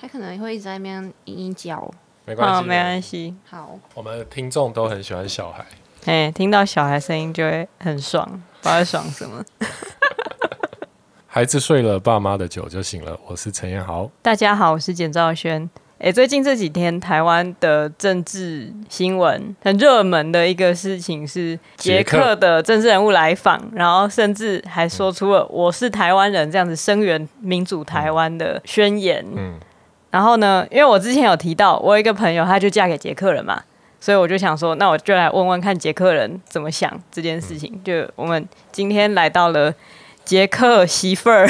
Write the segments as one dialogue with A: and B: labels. A: 他可能会一直在那边嘤嘤叫。
B: 没关
C: 哦，
B: 系
C: 没
B: 的，
C: 关系。
A: 好，
B: 我们的听众都很喜欢小孩。
C: 哎，听到小孩声音就会很爽，不知道在爽什么。
B: 孩子睡了，爸妈的酒就醒了。我是陈彦豪，
C: 大家好，我是简兆轩。哎，最近这几天台湾的政治新闻很热门的一个事情是捷
B: 捷克
C: 克的政治人物来访，然后甚至还说出了“我是台湾人”这样子声援民主台湾的宣言。
B: 嗯，
C: 然后呢，因为我之前有提到，我有一个朋友，她就嫁给捷克人嘛，所以我就想说，那我就来问问看捷克人怎么想这件事情。就我们今天来到了捷克媳妇儿，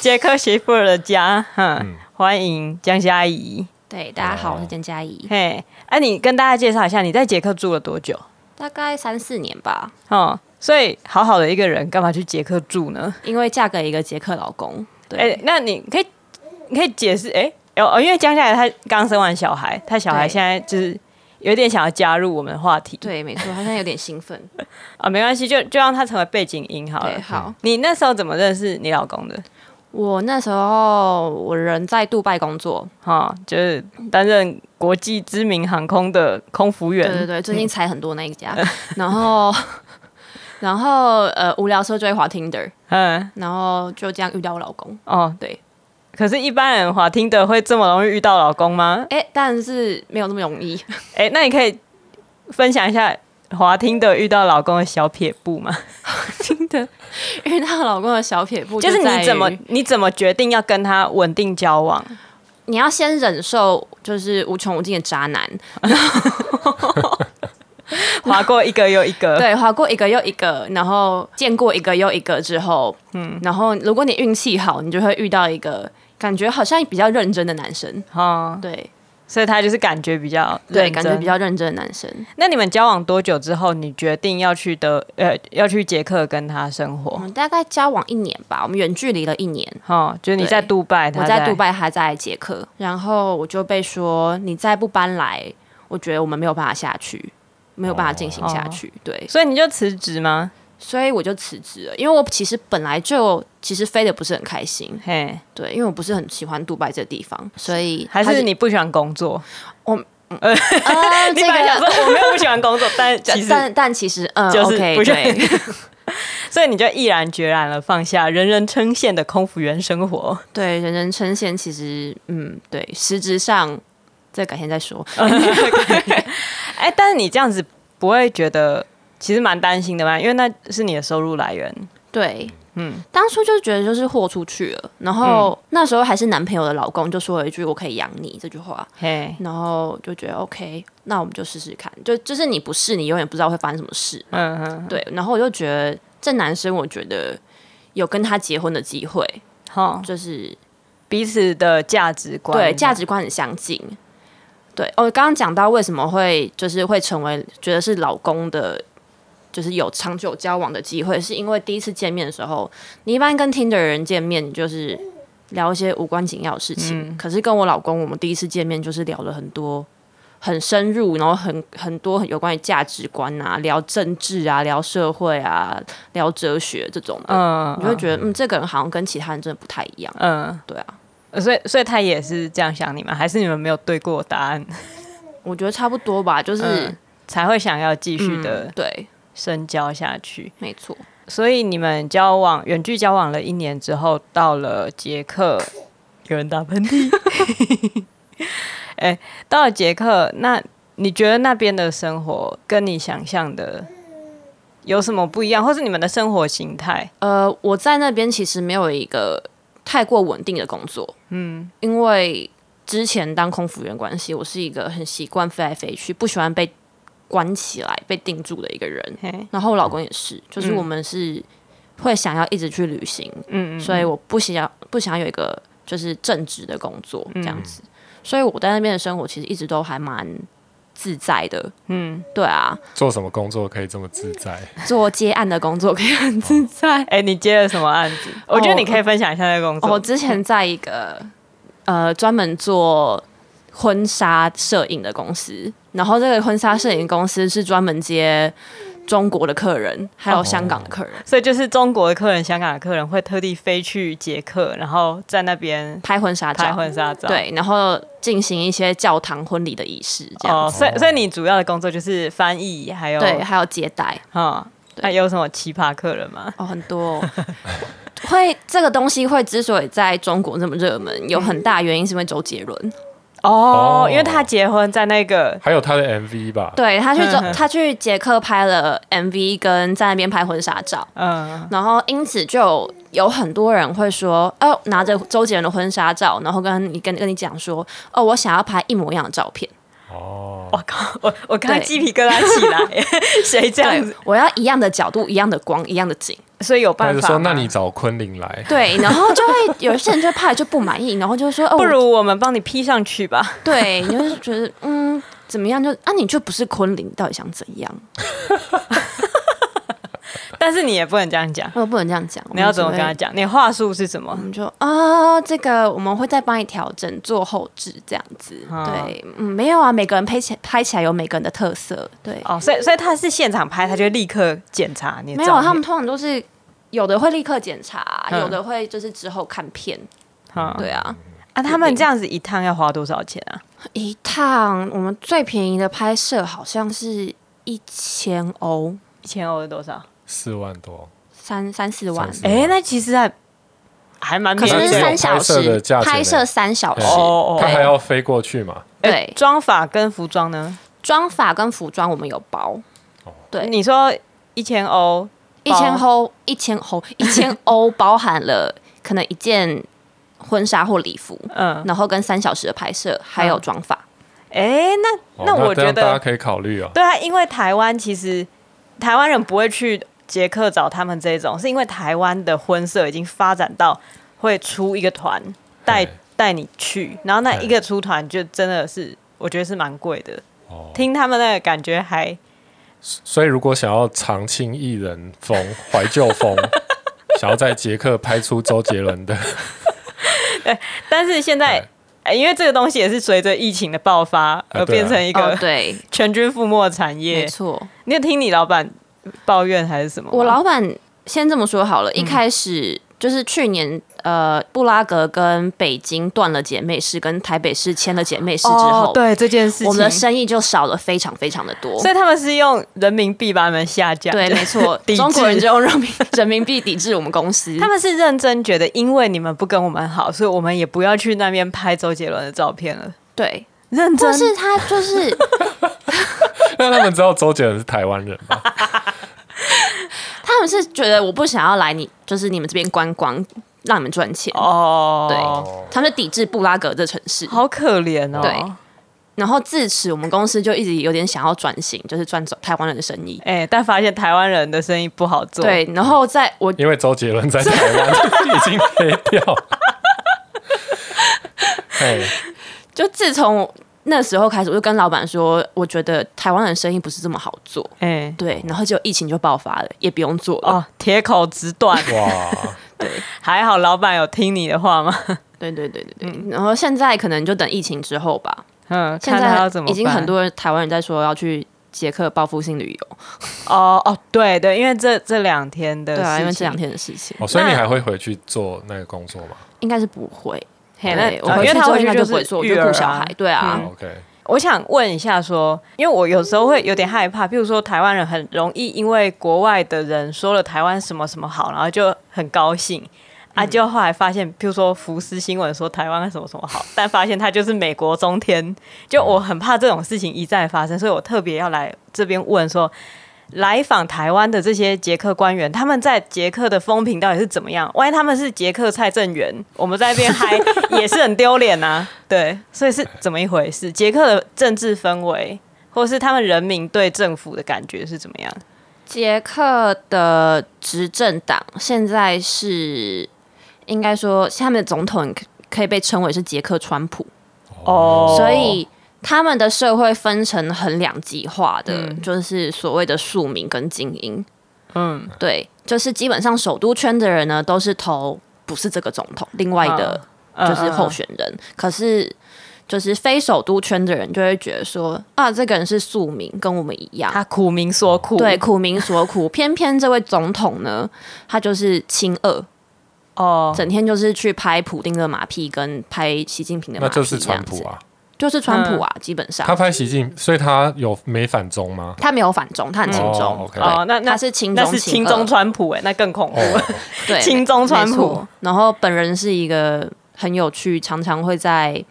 C: 捷克媳妇儿的家，哈、欢迎江佳怡。
A: 对，大家好，
B: 哦
A: 我是简佳怡，
C: 嘿，哎、你跟大家介绍一下，你在捷克住了多久？
A: 大概三四年吧，
C: 哦，所以好好的一个人，干嘛去捷克住呢？
A: 因为嫁给一个捷克老公。对，
C: 哎、那你可以，你可以解释，哎、有、哦，因为江夏他刚生完小孩，他小孩
A: 对
C: 现在就是有点想要加入我们的话题，
A: 对，没错，好像有点兴奋。
C: 啊，没关系，就就让他成为背景音 好
A: 对，
C: 了。
A: 好，
C: 你那时候怎么认识你老公的？
A: 我那时候我人在杜拜工作，
C: 哦，就是担任国际知名航空的空服员。
A: 对对对，最近裁很多那一家，
C: 嗯
A: 然后。然后呃，无聊的时候就会滑 Tinder，
C: 嗯，
A: 然后就这样遇到我老公。
C: 哦，
A: 对，
C: 可是，一般人滑听的会这么容易遇到老公吗？
A: 哎，但是没有那么容易。
C: 哎、那你可以分享一下滑听的遇到老公的小撇步吗？
A: 听的遇到老公的小撇步
C: 就是
A: 在于
C: 你怎么你怎么决定要跟他稳定交往？
A: 你要先忍受就是无穷无尽的渣男，
C: 划过一个又一 个，
A: 对，划过一个又一个，然后见过一个又一个之后，嗯，然后如果你运气好，你就会遇到一个感觉好像比较认真的男生，
C: 哦，
A: 对
C: 所以他就是感觉比较
A: 对，
C: 认
A: 感觉
C: 真
A: 比。较认真的男生。
C: 那你们交往多久之后，你决定要去德呃要去捷克跟他生
A: 我
C: 活？
A: 们嗯大概交往一年吧，我们远距离了一年，
C: 哦，就是你
A: 对
C: 在杜拜，他
A: 我在杜，拜，他在捷克，然后我就被说你再不搬来，我觉得我们没有办法下去，没有办法进行下去，
C: 哦
A: 对，
C: 所以你就辞职吗？
A: 所以我就辞职了，因为我其实本来就其实飞的不是很开心，
C: 嘿，
A: 对，因为我不是很喜欢杜拜这个地方，所以
C: 还是你不喜欢工作？
A: 啊，
C: 你
A: 这
C: 本来想
A: 个。
C: 说我没有不喜欢工作，但 其
A: 但
C: 实
A: 但但其实，嗯
C: 就是
A: ，OK，
C: 不喜
A: 对，
C: 欢。所以你就毅然决然了放下人人称羡的空服员生活。
A: 对，人人称羡，其实，嗯，对，实质上，这改天再 说。
C: 哎、但是你这样子不会觉得其实蛮担心的吗？因为那是你的收入来源。
A: 对，嗯，当初就觉得就是豁出去了，然后、
C: 嗯
A: 那时候还是男朋友的老公就说了一句“我可以养你”这句话，
C: 嘿，
A: 然后就觉得 OK，那我们就试试看，就就是你不试，你永远不知道会发生什么事。
C: 嗯哼，
A: 对，然后我就觉得这男生，我觉得有跟他结婚的机会，
C: 好，
A: 就是
C: 彼此的价值观，
A: 对价值观很相近。对，哦，刚刚讲到为什么会就是会成为觉得是老公的，就是有长久交往的机会，是因为第一次见面的时候，你一般跟听的人见面，你就是聊一些无关紧要的事情。
C: 嗯
A: 可是跟我老公，我们第一次见面就是聊了很多。很深入，然后很很多有关于价值观啊，聊政治啊，聊社会啊，聊哲学这种的，
C: 嗯，
A: 你就会
C: 嗯
A: 觉得，嗯，这个人好像跟其他人真的不太一样，
C: 嗯，
A: 对啊。
C: 所以所以他也是这样想你们，还是你们没有对过答案，
A: 我觉得差不多吧，就是、
C: 嗯才会想要继续
A: 嗯
C: 的
A: 对，
C: 深交下去？
A: 没错，
C: 所以你们交往远距交往了一年之后，到了捷克，有人打喷嚏。 哎、到了捷克，那你觉得那边的生活跟你想象的有什么不一样，或是你们的生活形态？
A: 呃，我在那边其实没有一个太过稳定的工作，嗯，因为之前当空服员关系，我是一个很习惯飞来飞去，不喜欢被关起来、被定住的一个人。
C: 嘿，
A: 然后我老公也是，就是
C: 嗯
A: 我们是会想要一直去旅行，
C: 嗯嗯，
A: 所以我不想要不想要有一个就是正职的工作这样子，所以我在那边的生活其实一直都还蛮自在的，嗯，对啊，
B: 做什么工作可以这么自在？
A: 做接案的工作可以很自在。
C: 哎、你接了什么案子？我觉得你可以分享一下那个工作。
A: 哦我哦之前在一个呃专门做婚纱摄影的公司，然后这个婚纱摄影公司是专门接中国的客人，还有香港的客人，
C: 所以就是中国的客人、香港的客人会特地飞去捷克，然后在那边
A: 拍婚纱
C: 拍
A: 照，
C: 婚纱照。，
A: 对，然后进行一些教堂婚礼的仪式，这样
C: 哦，
A: 子，
C: 所以所以你主要的工作就是翻译，还有
A: 对，，还有接待，
C: 哈，那有什么奇葩客人吗？
A: 哦，很多、哦。 会这个东西会之所以在中国那么热门，有很大原因是因为周杰伦。
C: 哦
B: 哦，
C: 因为他结婚在那个
B: 还有他的 MV 吧？
A: 对他去周
C: 嗯嗯
A: 他去捷克拍了 MV，跟在那边拍婚纱照，
C: 嗯，
A: 然后因此就有很多人会说，哦，拿着周杰伦的婚纱照，然后跟你跟跟你讲说，哦，我想要拍一模一样的照片，
B: 哦，
C: 我靠， 我我刚才
A: 对
C: 鸡皮疙瘩起 来，谁这样
A: 对
C: 子？，
A: 我要一样的角度、一样的光、一样的 景，
C: 所以有
B: 他
C: 办
B: 就
C: 法
B: 说：“
C: 吗？
B: 那你找昆凌来。
A: 对，然后就会有些人就拍了就不满意，然后就说，哦，
C: 不
A: 我
C: 如我们帮你 P 上去吧。
A: 对，你就是觉得嗯，怎么样就啊，你就不是昆凌，到底想怎样？
C: 但是你也不能这样讲，
A: 我不能这样讲，
C: 你要怎么跟他
A: 讲？
C: 讲？你的话术是什
A: 我
C: 么？
A: 们就啊、这个我们会再帮你调整做后置这样子。
C: 啊
A: 对，嗯，没有啊，每个人拍起拍起来有每个人的特色。对，
C: 哦，所以所以他是现场拍，他就会立刻检查你的
A: 没
C: 照
A: 有，
C: 片
A: 他们通常都是有的会立刻检查，
C: 嗯
A: 有的会就是之后看片。
C: 嗯
A: 对啊，
C: 啊，他们这样子一趟要花多少钱啊？
A: 一趟我们最便宜的拍摄好像是一千欧，
C: 一千欧是多少？”
B: 四万多，
A: 三三四万
B: 三。四
C: 哎、那其实还还蛮
A: 可
C: 便
A: 是
C: 宜
A: 这
C: 的。
A: 是三小
B: 拍摄
A: 时
B: 的价，钱
A: 拍摄三小时，
C: 哦哦
B: 他还要飞过去嘛？
C: 诶
A: 对
C: 妆法跟服哎装呢？
A: 妆法跟服装我们有包，对
C: 你说一千欧，
A: 一千欧，一千欧， 一千欧包含了可能一件婚纱或礼服，
C: 嗯，
A: 然后跟三小时的拍摄，还有妆法。
C: 哎、那
B: 哦
C: 那我
B: 这样
C: 觉得
B: 大家可以考虑啊。
C: 对啊，因为台湾其实台湾人不会去捷克找他们这种，是因为台湾的婚摄已经发展到会出一个团带
B: 嘿
C: 带你去，然后那
B: 嘿
C: 一个出团就真的是我觉得是蛮贵的，
B: 哦，
C: 听他们那个感觉还
B: 所以如果想要长青艺人风、怀旧 风，想要在捷克拍出周杰伦的，
C: 但是现在
B: 对、
C: 哎因为这个东西也是随着疫情的爆发而
B: 对啊
C: 变成一
A: 哦
C: 个，
A: 对，
C: 全军覆没的产业
A: 没。错。
C: 你有听你老板抱怨还是什么吗？
A: 我老板先这么说好了，一开始就是去年呃，布拉格跟北京断了姐妹市，跟台北市签了姐妹市之
C: 哦
A: 后，
C: 对这件事情，
A: 我们的生意就少了非常非常的多。
C: 所以他们是用人民币把他们下架。
A: 对，没 错
C: 抵，制
A: 中国人就用人民人民币抵制我们公司。
C: 他们是认真觉得，因为你们不跟我们好，所以我们也不要去那边拍周杰伦的照片了。
A: 对，
C: 认
A: 或
C: 真
A: 是他就是
B: 那他们知道周杰伦是台湾人吗？
A: 他们是觉得我不想要来你，就是你们这边观光，让你们赚钱。
C: 哦，
A: 对
B: 哦，
A: 他们就抵制布拉格这城市，
C: 好可怜哦。
A: 对然后自此我们公司就一直有点想要转型，就是赚走台湾人的生意。
C: 哎、但发现台湾人的生意不好做。，
A: 对，然后在我
B: 因为周杰伦在台湾已经黑掉。哎，
A: 就自从那时候开始，我就跟老板说，我觉得台湾人生意不是这么好做。
C: 哎、
A: 对，然后就疫情就爆发了，也不用做了。
C: 哦，铁口直断。
B: 哇，
C: 还好老板有听你的话吗？
A: 对对对对对。然后现在可能就等疫情之后吧。
C: 嗯，
A: 现
C: 看他要
A: 在
C: 怎么
A: 已经
C: 办
A: 很多人台湾人在说要去捷克报复性旅游，
C: 哦哦，对对，因为这这两天的
A: 对啊，
C: 事
A: 因为这两
C: 情
A: 天的事情。
B: 哦，所以
C: 那
B: 你还会回去做那个工作吗
A: 应该是不会。
C: 嘿
A: 对
C: 那
A: 我回去
C: 哦因
A: 之
C: 为他
A: 后
C: 回
A: 应
C: 去
A: 该
C: 就
A: 就是不会做，我就
C: 育儿啊
A: 顾小孩。对啊，
B: ？OK，
C: 我想问一下说，因为我有时候会有点害怕，譬如说台湾人很容易因为国外的人说了台湾什么什么好，然后就很高兴。啊，就后来发现，譬如说福斯新闻说台湾什么什么好，但发现它就是美国中天，就我很怕这种事情一再发生，所以我特别要来这边问说，来访台湾的这些捷克官员，他们在捷克的风评到底是怎么样？万一他们是捷克蔡正元，我们在那边嗨也是很丢脸呐。对，所以是怎么一回事？捷克的政治氛围，或是他们人民对政府的感觉是怎么样？
A: 捷克的执政党现在是应该说他们的总统可以被称为是捷克川普，
C: 哦
A: 所以他们的社会分成很两极化的，就是所谓的庶民跟精英。
C: 嗯，
A: 对，就是基本上首都圈的人呢，都是投不是这个总统，另外的
C: 嗯
A: 就是候选人。可是就是非首都圈的人就会觉得说啊，这个人是庶民，跟我们一样，
C: 他苦民所苦，
A: 对，苦民所苦。 偏偏这位总统呢，他就是亲俄，
C: 哦，
A: 整天就是去拍普丁的马屁，跟拍习近平的马
B: 那
A: 屁，
B: 就是川普，啊，
A: 就是川普
C: 嗯
A: 啊，基本上
B: 他拍习近，所以他有没反中吗？
A: 他没有反中，他很亲中，
B: 哦，OK
A: 对
C: 哦那那
A: 他是亲
C: 那
A: 中，
C: 是亲
A: 俄
C: 中川普哎，那更恐怖。
B: 哦，
A: 对，
C: 亲中川普
A: 没错。然后本人是一个很有趣，常常会在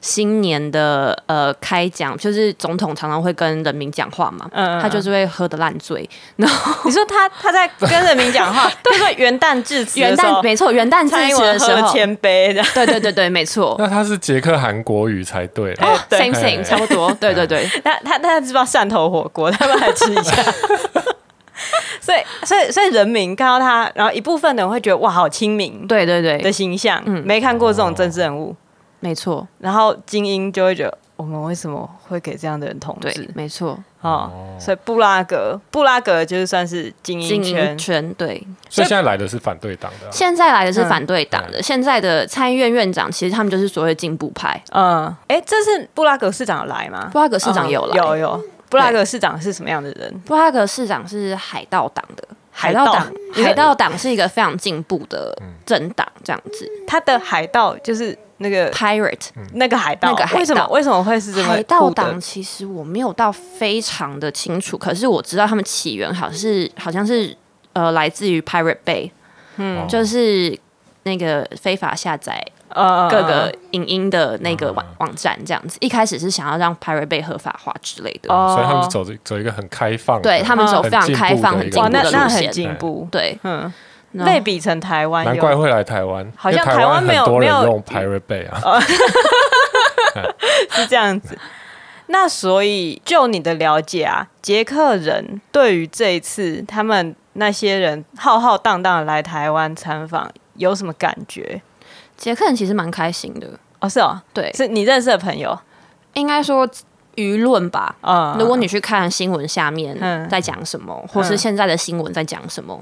A: 新年的呃开讲，就是总统常常会跟人民讲话嘛，
C: 嗯嗯
A: 他就是会喝得烂醉。
C: 你说他他在跟人民讲 话，就说元旦致辞
A: 元
C: 的时候，
A: 旦没错，元旦致
C: 蔡英
A: 辞的
C: 文喝
A: 时
C: 了
A: 候，
C: 千杯的，
A: 对对对对，没错。
B: 那他是捷克韩国语才对啦。
C: 对
A: same thing，
B: 哎
A: 差不 多，对对对，
C: 他他他知道汕头火锅，他们来吃一下。 所以所以所以人民看到他，然后一部分人会觉得哇，好亲民
A: 对对
C: 的
A: 对，
C: 形象，
A: 嗯
C: 没看过这种政治人物，
A: 没错，
C: 然后精英就会觉得我们为什么会给这样的人统
A: 对
C: 治，？
A: 没错，
C: 哦，所以布拉格布拉格就是算是精英
A: 精
C: 圈
A: 英，圈对。
B: 所以现在来的是反对党的啊，
A: 现在来的是反对党
B: 嗯
A: 的，现在的参议院院长其实他们就是所谓进步派，
C: 嗯，哎，这是布拉格市长有来吗？
A: 布拉格市长有来
C: 嗯有有。布拉格市长是什么样的人？
A: 布拉格市长是海盗党的，
C: 海
A: 海
C: 盗
A: 盗党，海盗党是一个非常进步的政党，这样子。
C: 他的海盗就是那个
A: Pirate
C: 那个海盗，
A: 那个海盗
C: 为什么为什么会嗯是这么
A: 海盗
C: 酷的
A: 党其实我没有到非常的清楚，可是我知道他们起源好像是好像是呃来自于 Pirate Bay，
B: 哦
A: 就是那个非法下载
C: 呃
A: 各个影音的那
C: 嗯
A: 个网网站这样子。一开始是想要让 Pirate Bay 合法化之类
C: 哦
A: 的，
B: 哦所以他们是走这走一个很开放的，
A: 对他们走非常
B: 很进步的
A: 开放、
B: 一个
A: 很进
C: 哇，
A: 步
C: 那
A: 的
C: 那
A: 路
C: 很
A: 线。哎
C: 进步，
A: 对，
C: 嗯，
A: 然后
C: 类比成台湾
B: 难
C: 有
B: 怪会来台湾，
C: 好
B: 因为
C: 像
B: 台
C: 台湾没有
B: 很多人
C: 没有
B: 用 Pirate Bay 啊，
C: 是这样子。那所以，就你的了解啊，捷克人对于这一次他们那些人浩浩荡荡地来台湾参访，有什么感觉？
A: 捷克人其实蛮开心的，
C: 哦，是哦，
A: 对，
C: 是你认识的朋友
A: 应该说舆论吧。
C: 啊、嗯
A: 如果你去看新闻下面
C: 嗯
A: 在讲什么，或是现在的新闻在讲什么，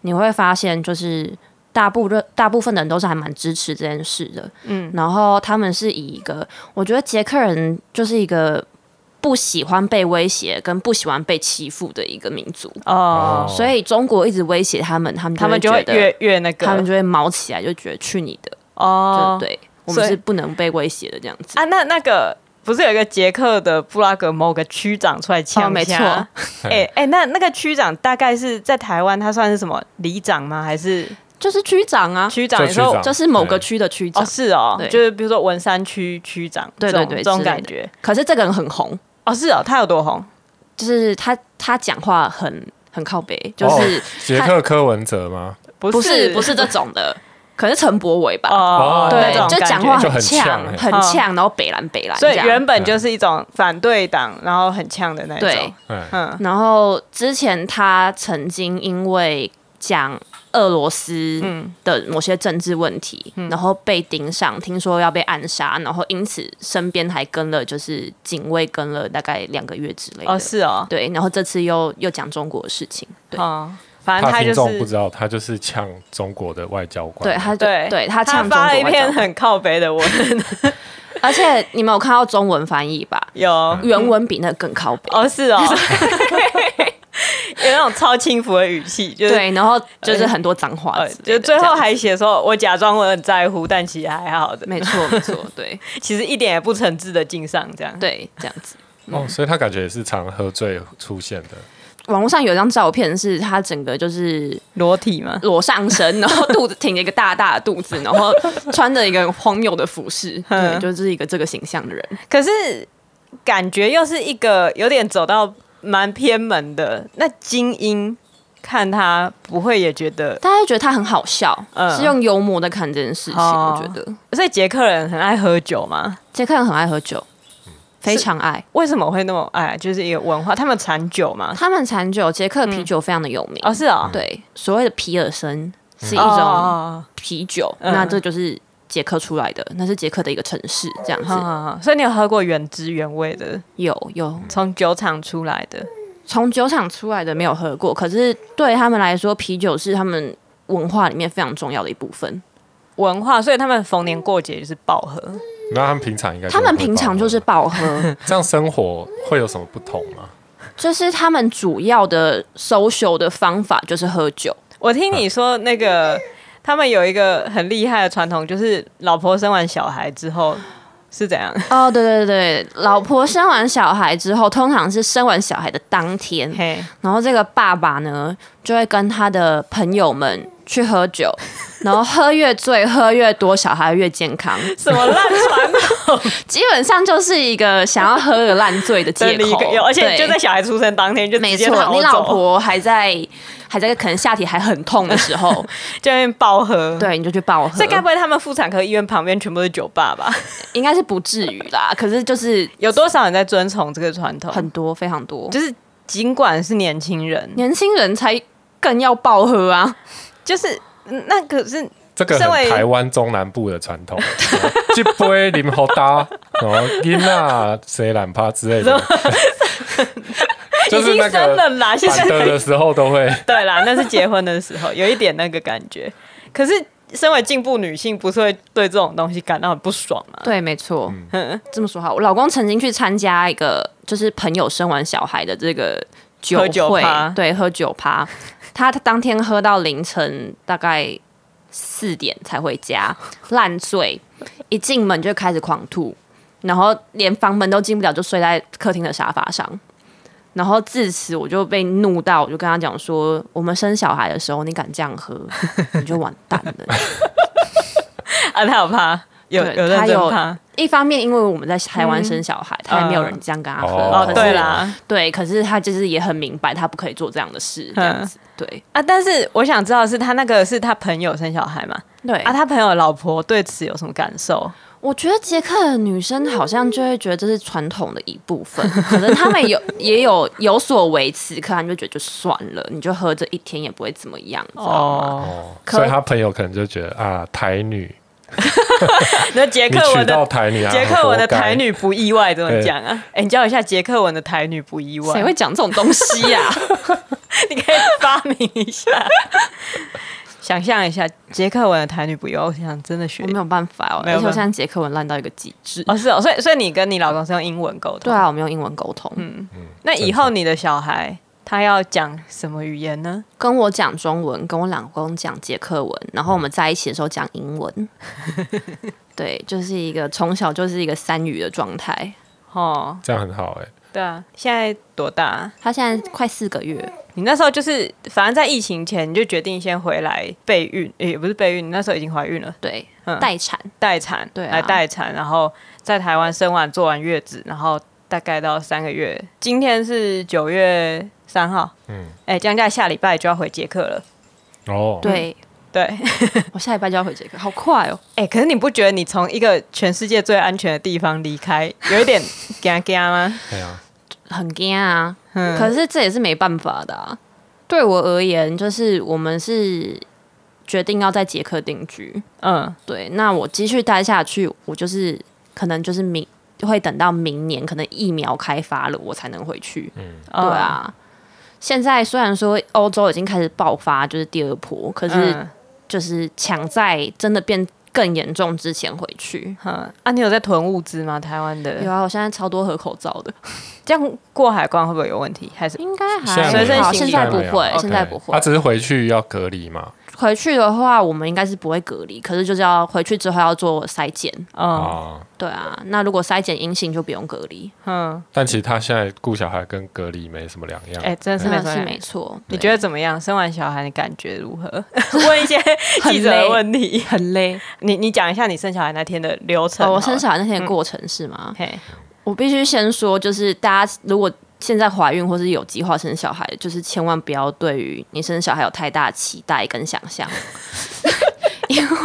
A: 你会发现就是大部分大部分的人都是还蛮支持这件事的。嗯，然后他们是以一个，我觉得捷克人就是一个不喜欢被威胁跟不喜欢被欺负的一个民族，
C: 哦，
A: 所以中国一直威胁他们，他们
C: 他们就
A: 会
C: 会
A: 觉得
C: 越越那个，
A: 他们就会毛起来，就觉得去你的，
C: 哦
A: 就，对我
C: 所
A: 们
C: 以
A: 是不能被威胁的这样子。
C: 啊，那那个不是有一个捷克的布拉格某个区长出来呛、
A: 哦没错，
C: 哎、哎、那那个区长大概是在台湾，他算是什么里长吗？还是
A: 就是区长啊，
C: 区长？
B: 就
C: 你说
B: 区长
A: 就是某个区的区长
C: 哦，，是哦
A: 对，
C: 就是比如说文山区区长，
A: 对
C: 这种
A: 对对
C: 这种
A: 之类的
C: 感觉。
A: 可是这个人很红。
C: 哦，是哦，他有多红？
A: 就是他他讲话很很靠北，就是、
B: 哦捷克柯文哲吗？
C: 不
A: 不是
C: 是
A: 不是这种 的，可能是陈柏伟吧。
C: 哦
B: 哦，
A: 对
C: 那种，
A: 就
C: 感
A: 讲
C: 觉
A: 话
B: 就很
A: 呛，
B: 呛
A: 很
C: 嗯
A: 呛，然后北蓝北蓝
C: 所
A: 这
C: 以
A: 样。
C: 原本就是一种反对党，然后很呛的那种。
A: 对，
B: 哎，
C: 嗯，
A: 然后之前他曾经因为讲俄罗斯的某些政治问题，
C: 嗯
A: 然后被盯上，听说要被暗杀，然后因此身边还跟了就是警卫跟了大概两个月之类的。
C: 哦，是哦，
A: 对，然后这次又又讲中国的事情，对。
C: 哦，反正
B: 怕
C: 他就
B: 听众不
C: 是
B: 知道，他就是呛中国的外交官，
A: 对，他就
C: 对，
A: 对
C: 他
A: 他呛中
C: 发了一
A: 国外交
C: 篇很靠北的文，
A: 而且你们有看到中文翻译吧？
C: 有哦，
A: 原文比那个更靠北。
C: 是哦， 有那种超轻浮的语气，就是。
A: 对，然后就是很多脏话
C: 呃
A: 之类的，
C: 就最
A: 这
C: 后
A: 样
C: 还写说，我假装我很在乎，但其实还好的，
A: 没错没错，对
C: 其实一点也不诚挚的敬上这样。
A: 对，这样子。
C: 嗯
B: 哦，所以他感觉也是常喝醉出现的，
A: 网络上有一张照片，是他整个就是
C: 裸体嘛，
A: 裸上身，然后肚子挺着一个大大的肚子，然后穿着一个荒谬的服饰，对，
C: 嗯
A: 就是一个这个形象的人。
C: 可是感觉又是一个有点走到蛮偏门的。那精英看他不会也觉得，
A: 大家就觉得他很好笑，
C: 嗯
A: 是用幽默在看这件事情。
C: 哦
A: 我觉得
C: 所以捷克人很爱喝酒嘛？
A: 杰克人很爱喝酒，非常爱。
C: 为什么会那么爱？就是一个文化，他们产酒嘛？
A: 他们产酒，捷
C: 嗯
A: 克啤酒非常的有名。
C: 哦，是哦，
A: 对，所谓的皮尔森是一
C: 哦，
A: 种
C: 哦
A: 啤酒，
C: 嗯
A: 那这就是捷克出来的，那是捷克的一个城市，这样
C: 哦
A: 子、
C: 哦所以你有喝过原汁原味的，
A: 有有
C: 从酒厂出来的？
A: 从酒厂出来的没有喝过，可是对他们来说，啤酒是他们文化里面非常重要的一部分。
C: 文化，所以他们逢年过节就是爆喝。
B: 那他们平常应该
A: 他们平常就是
B: 会
A: 暴 喝，
B: 这样生活会有什么不同吗？
A: 就是他们主要的 social 的方法就是喝酒。
C: 我听你说那个，他们有一个很厉害的传统，就是老婆生完小孩之后是怎样？
A: 哦，对对对，老婆生完小孩之后，通常是生完小孩的当天，
C: 嘿，
A: 然后这个爸爸呢，就会跟他的朋友们去喝 酒，然后喝越醉，喝越多，小孩越健康，
C: 什么烂传统
A: 基本上就是一个想要喝个烂醉的
C: 的
A: 借
C: 理
A: 口
C: 由，。而
A: 对
C: 且就在小孩出生当天就直
A: 没
C: 接
A: 错
C: 逃，走，
A: 你老婆还在还在可能下体还很痛的时 候，
C: 就在那边暴喝。，
A: 对，你就去暴喝
C: 这，该不会他们妇产科医院旁边全部是酒吧吧？
A: 应该是不至于啦。可是就是
C: 有多少人在遵从这个传统？
A: 很多，非常多，
C: 就是尽管是年轻人，
A: 年轻人才更要暴喝啊。
C: 就是嗯那可是
B: 这个
C: 身为
B: 很台湾中南部的传统，去杯林好大，然后因啊谁懒趴之 类的，就
C: 已
B: 是那
C: 经生了
B: 个
C: 啦，现在
B: 反德的时候都会。
C: 对啦，那是结婚的时候有一点那个感觉。可是身为进步女性，不是会对这种东西感到很不爽吗？嗯
A: 对，没错。这么说好，我老公曾经去参加一个就是朋友生完小孩的这个酒
C: 喝酒
A: 会
C: 趴，
A: 对，喝酒趴。他当天喝到凌晨大概四点才回 家，烂醉，一进门就开始狂吐，然后连房门都进不了，就睡在客厅的沙发上。然后自此我就被怒到，我就跟他讲说：“我们生小孩的时候，你敢这样喝，你就完蛋了。”
C: 啊，他有怕，有
A: 对
C: 有认
A: 他
C: 真
A: 有
C: 怕。
A: 一方面，因为我们在台湾
C: 嗯
A: 生小孩，他也没有人这样跟他喝。
B: 哦
C: 哦
A: 可，是
C: 对啦，
A: 对，可是他就是也很明白，他不可以做这样的事，
C: 嗯
A: 这样子。对
C: 啊，但是我想知道的是他那个是他朋友生小孩嘛？
A: 对
C: 啊，
A: 啊，
C: 他朋友的老婆对此有什么感受？
A: 我觉得捷克的女生好像就会觉得这是传统的一部 分，可能他们有也有有所维持，可能就觉得就算了，你就喝这一天也不会怎么样，你知道吗？
C: 哦，
B: 哦，
A: 可
B: 所以他朋友可能就觉得啊，台女，
C: 那杰
B: 你
C: 克
B: 娶
C: 文
B: 到
C: 的
B: 台女啊，
C: 杰克文的台
B: 活
C: 女不意外怎么讲啊？哎，你教我一下杰克文的台女不意外，
A: 哦谁会讲这种东西啊 呀、
C: 你可以发明一下。想象一下，杰克文的台女不意外，我想真的学
A: 我没有办法哦，
C: 没
A: 而且
C: 有
A: 我
C: 办法
A: 现在捷克文烂到一个极致。
C: 哦，是哦，所以所以你跟你老公是用英文沟通，
A: 对啊，我们用英文沟通，
C: 嗯那以后你的小孩他要讲什么语言呢？
A: 跟我讲中文，跟我老公讲捷克文，然后我们在一起的时候讲英 文。对，就是一个从小就是一个三语的状态。
C: 哦，
B: 该这样很好哎、
C: 对啊，现在多大啊、
A: 他现在快四个月，
C: 你那时候就是，反正在疫情前你就决定先回来备孕，也不是备孕，你那时候已经怀孕了，
A: 对
C: 嗯，
A: 待产，
C: 待产，
A: 对啊
C: 来待产，然后在台湾生完做完月子，然后大概到三个月，今天是九月三号，嗯，哎、江家下礼拜就要回捷克了，
B: 哦，，
A: 对
C: 对，
A: 我下礼拜就要回捷克，好快哦！
C: 哎、可是你不觉得你从一个全世界最安全的地方离 开，有一点嘎嘎吗？
B: 对啊，
A: 很惊啊，可是这也是没办法的、啊。对我而言，就是我们是决定要在捷克定居，
C: 嗯，
A: 对，那我继续待下去，我就是可能就是明会等到明年，可能疫苗开发了，我才能回去。
C: 哦
A: 对啊。现在虽然说欧洲已经开始爆发，就是第二波，可
C: 嗯，
A: 是
C: 嗯
A: 就是抢在真的变更严重之前回去。
C: 嗯啊，你有在囤物资吗？台湾
A: 有
C: 的
A: 啊，我现在超多盒口罩的，
C: 这样过海关会不会有问题？还 是
A: 应该
B: 现在
A: 还
B: 没有
C: 随身
A: 好。
C: 行
A: 现
C: 李
A: 在不
B: 没有啊
A: 会，
B: OK
A: 现在不会
B: 他。只是回去要隔离嘛，
A: 回去的话，我们应该是不会隔离，可是就是要回去之后要做筛检。
C: 嗯
B: 啊，
A: 对啊，那如果筛检阴性就不用隔离，
C: 嗯，
B: 但其实他现在顾小孩跟隔离没什么两样，
C: 哎、真的是
A: 真
C: 没
A: 的
C: 错
A: 是没错。
C: 你
A: 对
C: 觉得怎么样？生完小孩你感觉如 何？问一些
A: 很
C: 记者的
A: 累
C: 问题。
A: 很累。
C: 你你讲一下你生小孩那天的流程
A: 哦，
C: 好了。
A: 我生小孩那天的过程是吗？
C: 嘿，
A: 我必须先说，就是大家如果现在怀孕或是有计划生小孩，就是千万不要对于你生小孩有太大的期待跟想 象，因为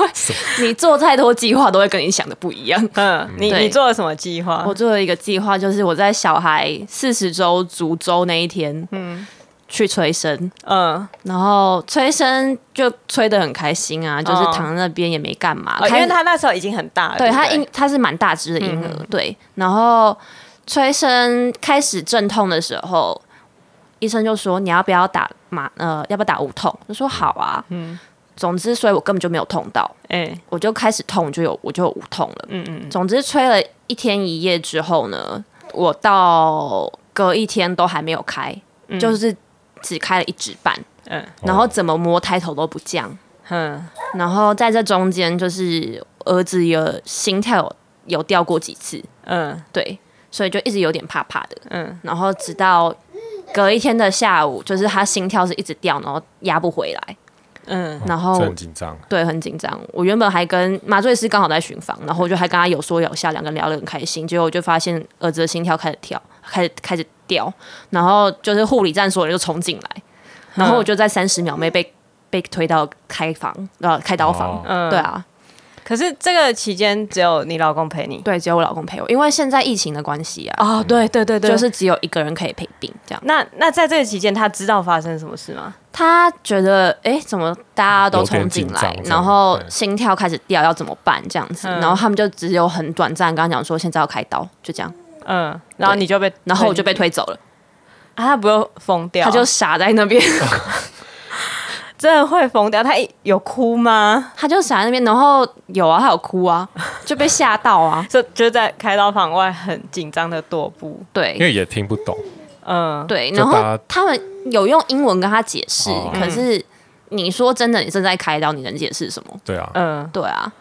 A: 你做再多计划都会跟你想的不一样。
C: 嗯，你
A: 对
C: 你做了什么计划
A: 我？做了一个计划，就是我在小孩四十周足周那一天，嗯，去催生，
C: 嗯，
A: 然后催生就催得很开心啊，就是
C: 哦
A: 躺在那边也没干嘛，
C: 哦因
A: 开
C: 为
A: 始
C: 他那时候已经很大了，
A: 对
C: 不嗯
A: 他婴他是蛮大只的婴儿，对。然后催生开始阵痛的时候，医生就说你要不要打麻呃要不要打无痛？我说好啊，嗯。总之，所以我根本就没有痛到，
C: 哎，
A: 我就开始痛就有我就有无痛了。
C: 嗯嗯，
A: 总之吹了一天一夜之后呢，我到隔一天都还没有开，
C: 嗯
A: 就是只开了一指半，
C: 嗯
B: 哦
A: 然后怎么摸抬头都不降，
C: 嗯，
A: 然后在这中间就是儿子有心跳有有掉过几次，
C: 嗯
A: 对，所以就一直有点怕怕的，
C: 嗯，
A: 然后直到隔一天的下午，就是他心跳是一直掉，然后压不回来，
C: 嗯，
A: 然后
B: 这很紧张，
C: 哎
A: 对，很紧张。我原本还跟麻醉师刚好在巡房，然后我就还跟他有说有笑，两个人聊得很开心。结果我就发现儿子的心跳开始跳，开始开始掉，然后就是护理站所有人就冲进来，然后我就在三十秒内被被推到开房，呃，开刀房。
B: 哦
C: 嗯
A: 对，啊，
C: 可是这个期间只有你老公陪你。
A: 对，只有我老公陪我，因为现在疫情的关系啊，
C: 哦，对对对对，
A: 就是只有一个人可以陪病这样。
C: 那那在这个期间，他知道发生什么事吗？
A: 他觉得，哎、怎么大家都冲进
B: 有点
A: 来
B: 紧张，这样嗯
A: 然后
B: 对
A: 心跳开始掉，要怎么办这样子？
C: 嗯
A: 然后他们就只有很短暂，跟他讲说现在要开刀，就这样。
C: 嗯，然后
A: 对
C: 你就被，
A: 然后我就被推走了，
C: 啊，他不会疯掉，
A: 他就傻在那边，
C: 真的会疯掉。他一有哭吗？
A: 他就傻在那边，然后有啊，他有哭啊，就被吓到啊，
C: 就就在开刀房外很紧张的踱步，
B: 因
A: 对
B: 为也听不懂，
C: 嗯，
A: 对，
B: 就
A: 然
B: 大
A: 后
B: 家
A: 他们有用英文跟他解释
B: 哦，
A: 可是你说真的，你正在开刀，你能解释什么？
B: 对啊，
C: 嗯
A: 对啊，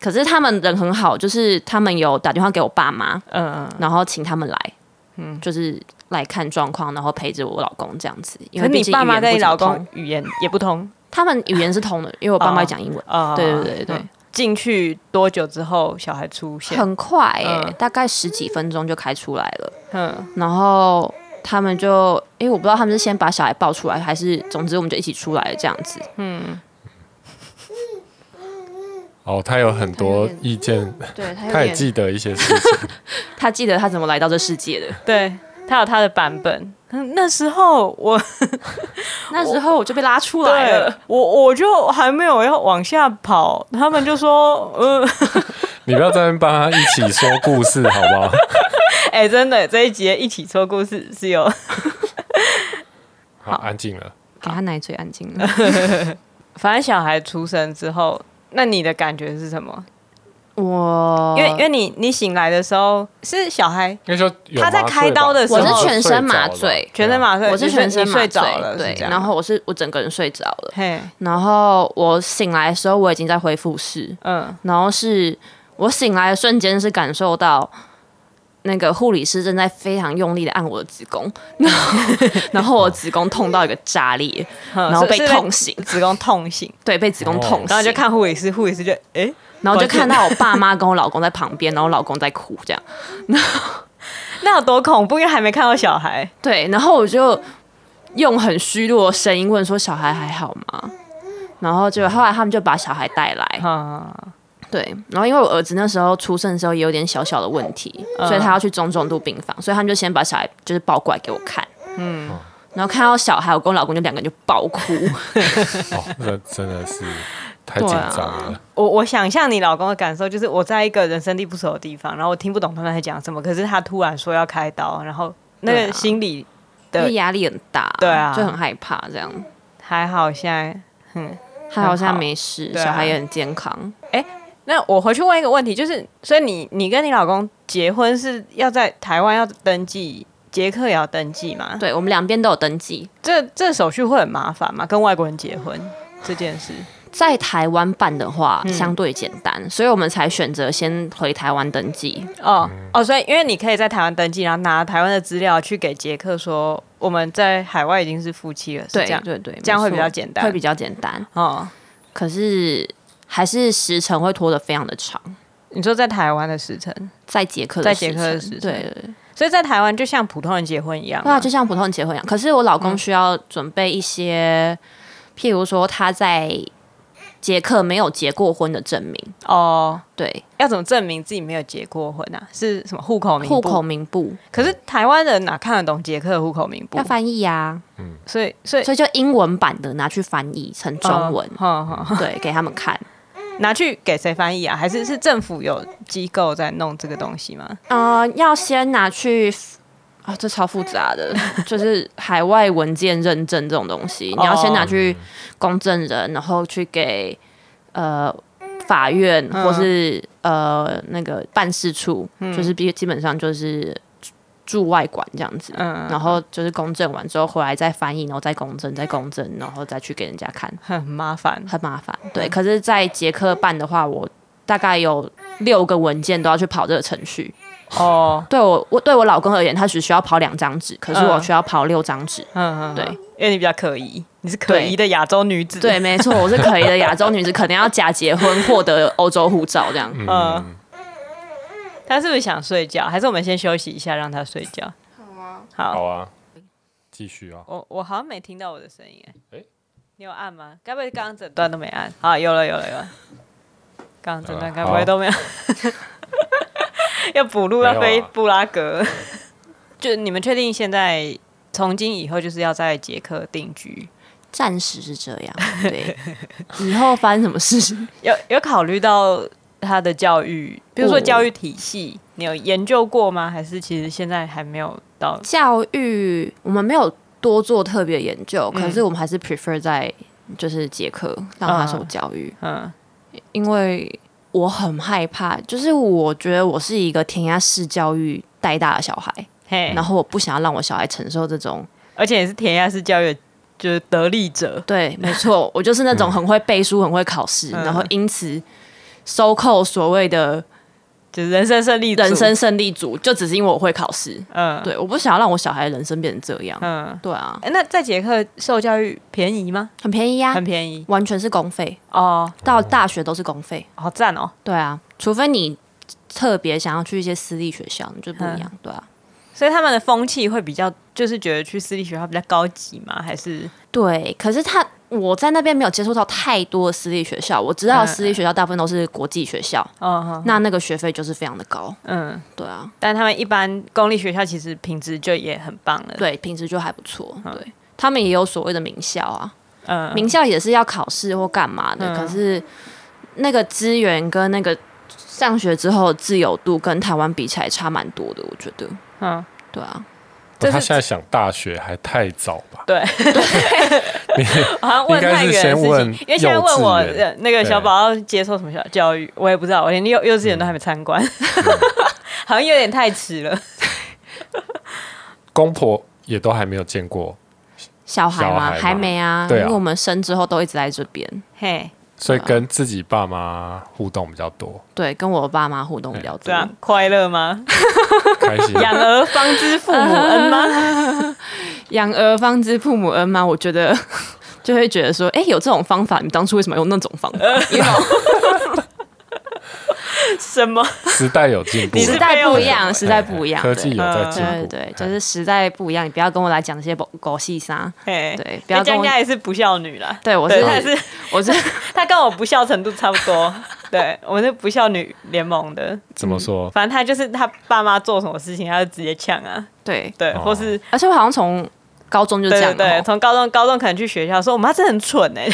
A: 可是他们人很好，就是他们有打电话给我爸妈，
C: 嗯嗯，
A: 然后请他们来，嗯，就是来看状况，然后陪着我老公这样子，因
C: 可
A: 为
C: 是
A: 毕
C: 你
A: 竟
C: 爸
A: 语
C: 妈
A: 言
C: 跟
A: 不
C: 你
A: 怎么
C: 老公
A: 通，
C: 语言也不通
A: 他们语言是通的，因为我爸妈
C: 哦
A: 讲英文，
C: 啊
A: 对对对对
C: 嗯进去多久之后小孩出现？
A: 很快哎、
C: 嗯
A: 大概十几分钟就开出来了。
C: 嗯
A: 然后他们就，诶，我不知道他们是先把小孩抱出来，还是总之我们就一起出来了这样子。
B: 哦，他有很多意见，
A: 对他
B: 他也记得一些事 情，
A: 他记得他怎么来到这世界的。
C: 对他有他的版本。嗯那时候 我
A: 那时候我就被拉出来
C: 对
A: 了。
C: 我我就还没有要往下跑，他们就说，呃，
B: 你不要在那边帮他一起说故事好不 好？
C: 哎、真的这一节一起说故事是有
B: 好，安静了，
A: 给他奶嘴安静了。
C: 反正小孩出生之后，那你的感觉是什么？
A: 我
C: 因为因为你你醒来的时候是小孩
B: 应该说有
C: 他在
B: 麻醉
C: 开刀
B: 吧
C: 的时
A: 我
C: 候
A: 是全身麻醉，
C: 全身
B: 啊
C: 麻醉，
A: 啊我是全身
C: 你
A: 麻
C: 睡
A: 醉，
C: 着了，
A: 对
C: 是，这样
A: 然后我是我整个人睡着了。
C: 嘿，
A: 然后我醒来的时候，我已经在恢复室，
C: 嗯
A: 然后是我醒来的瞬间是感受到那个护理师正在非常用力的按我的子宫， 然后然后我子宫痛到一个炸裂，
C: 然
A: 然后被痛醒，
C: 子宫 痛醒，
A: 对，被子宫痛醒，
C: 哦然后就，看护理师，护理师就哎，
A: 然后就看到我爸妈跟我老公在旁边，然后我老公在哭这样，
C: 那有多恐怖，因为还没看到小孩，
A: 对，然后我就用很虚弱的声音问说小孩还好吗？然后就后来他们就把小孩带来，嗯
C: 啊，
A: 对，然后因为我儿子那时候出生的时候也有点小小的问题，
C: 嗯
A: 所以他要去中重度病房，所以他们就先把小孩就是抱过来给我看，嗯，然后看到小孩，我跟我老公就两个人就爆 哭，
B: 哦，那真的是太紧张了，
C: 我我想象你老公的感受，就是我在一个人生地不熟的地方，然后我听不懂他们在讲什么，可是他突然说要开刀，然后那
A: 对
C: 个
A: 啊
C: 心理
A: 因
C: 的
A: 为压力很大，
C: 对啊
A: 就很害怕这样。
C: 还好现在。嗯，
A: 还好现在没事，
C: 对啊
A: 小孩也很健康。
C: 那我回去问一个问题，就是，所以你你跟你老公结婚是要在台湾要登记，捷克也要登记吗？
A: 对我们两边都有登记，
C: 这这手续会很麻烦吗？跟外国人结婚这件事，
A: 在台湾办的话
C: 嗯
A: 相对简单，所以我们才选择先回台湾登记。
C: 哦、哦，所以因为你可以在台湾登记，然后拿台湾的资料去给捷克说我们在海外已经是夫妻了，是
A: 对，
C: 这样
A: 对对，
C: 这样
A: 没
C: 会
A: 错
C: 比较简单
A: 会比较简单。
C: 哦。
A: 可是还是时程会拖得非常的长。
C: 你说在台湾的时辰，
A: 在捷克
C: 在
A: 的时
C: 捷
A: 辰，
C: 克的时辰
A: 对对对，
C: 所以在台湾就像普通人结婚一样
A: 对
C: 嘛，
A: 啊，就像普通人结婚一样。可是我老
C: 嗯
A: 公需要准备一些，譬如说他在捷克没有结过婚的证明，
C: 哦，
A: 对，
C: 要怎么证明自己没有结过婚啊？是什么户口名簿？
A: 户口名簿
C: 可是台湾人哪看得懂捷克的户口名簿
A: 要？翻译啊，
C: 所以所以
A: 所以就英文版的拿去翻译成中文，嗯
C: 哦哦哦
A: 对，给他们看。
C: 拿去给谁翻译啊？还是是政府有机构在弄这个东西吗？
A: 呃，要先拿去。啊、这超复杂 的，就是海外文件认证这种东西，你要先拿
C: 哦
A: 去公证人，然后去给呃法院
C: 嗯
A: 或是、呃那个办事处，就是基基本上就是驻驻外馆这样子。
C: 嗯
A: 然后就是公证完之后回来再翻译，然后再公证，再公证，然后再去给人家看，
C: 很麻烦。
A: 很麻烦。
C: 嗯
A: 对，可是，在捷克办的话，我大概有六个文件都要去跑这个程序。
C: 哦，
A: 对我，我对我老公而言，他只需要跑两张纸，可是我
C: 嗯
A: 需要跑六张纸。
C: 嗯，嗯
A: 对，
C: 嗯因为你比较可疑，你是可疑的亚洲女子。
A: 对，，没错，我是可疑的亚洲女子，可能要假结婚获得欧洲护照这样。
B: 啊
C: 嗯，她是不是想睡觉？还是我们先休息一下，让她睡觉？好啊，好
B: 好，啊，继续啊。
C: 我我好像没听到我的声音哎、
B: 诶
C: 你有按吗？该不会刚刚整段都没按？好，有了有了有了，刚刚整段
B: 呃
C: 该不会
B: 好
C: 都没有？ 要补录
B: 没
C: 要
B: 有啊
C: 飞布拉格， 就你们确定现在从今以后就是要在捷克定居？
A: 暂时是这样，对，以后发生什么事？
C: 有有考虑到他的教育，比如说
A: 我
C: 教育体系，你有研究过吗？还是其实现在还没有到？
A: 教育我们没有多做特别研究，可是我们还是 prefer 在就是捷克让他受教育，
C: 嗯
A: 因为我很害怕，就是我觉得我是一个填鸭式教育带大的小孩，
C: 嘿
A: 然，后我不想要让我小孩承受这种
C: 而且也是填鸭式教育，就是得利者。
A: 对，没错，我就是那种很会背书、很会考试，
C: 嗯
A: 然后因此收购所谓的
C: 就是人生胜利组，
A: 人生胜利组，就只是因为我会考试。
C: 嗯，
A: 对，我不想要让我小孩的人生变成这样。
C: 嗯，
A: 对啊，
C: 哎，那在捷克受教育便宜吗？
A: 很便宜呀、
C: 很便宜
A: 完全是公费，
C: 哦，
A: 到大学都是公费。
C: 好赞哦！
A: 对啊，除非你特别想要去一些私立学校，你就
C: 嗯
A: 不一样。对啊，
C: 所以他们的风气会比较，就是觉得去私立学校比较高级吗？还是
A: 对，可是他。我在那边没有接触到太多的私立学校，我知
C: 嗯
A: 道私立学校大部分都是国际学校，
C: 哦，
A: 那那个学费就是非常的高。
C: 嗯，
A: 对啊，
C: 但他们一般公立学校其实品质就也很棒了。，
A: 对，平时就还不错。对他们也有所谓的名校啊，
C: 嗯，
A: 名校也是要考试或干嘛的，
C: 嗯
A: 可是那个资源跟那个上学之后的自由度跟台湾比起来差蛮多的，我觉得。
C: 嗯，
A: 对啊，
C: 这是
B: 哦他现在想大学还太早吧？
C: 对，好像问太远
B: 应该是
C: 的事
B: 先问
C: 情，因为现在问我
B: 幼稚园
C: 呃那个小宝要接受什么小教育，我也不知道，我连幼幼稚园都还没参
B: 嗯
C: 观， 好像有点太迟了。
B: 公婆也都还没有见过，
A: 小孩
B: 小
A: 嘛
B: 孩嘛
A: 还没啊，
B: 对啊
A: 因为我们生之后都一直在这边，
C: 嘿，
B: 所以跟自己爸妈互动比较 多，
A: 对，跟我爸妈互动比较
C: 这
A: 多。
B: 嗯
C: 样啊快乐吗？
B: 开心。
C: 养儿方知父母恩吗？
A: 养儿方知父母恩嘛，我觉得 就会觉得说，哎、有这种方法，你当初为什么用那种方法？
C: 呃 什么？
B: 时代有进步
C: 你
B: 了，
C: 是
A: 时
C: 代
A: 代不一
B: 哎
A: 样，时代不一样，
B: 科技
A: 对
B: 有在
C: 嗯
B: 进
A: 对
B: 步，
A: 对，就
B: 哎
A: 是时代不一样，你不要跟我来讲这些狗狗戏啥。
C: 嘿，欸
A: 对不要
C: 江
A: 跟我
C: 家也是不孝女啦。
A: 对我
C: 对，
A: 是
C: 她 也是，
A: 我是
C: 她跟我不孝程度差不多。对，我们是不孝女联盟的，
B: 怎
A: 嗯
B: 么说？
C: 反正她就是她爸妈做什么事情，她就直接呛啊，
A: 对，
C: 对，
B: 哦
C: 或是
A: 而且我好像从高中就这
C: 对对
A: 样，哦欸
C: 对，
A: 了，
C: 从高中高中可能去学校说我妈真的很蠢哎、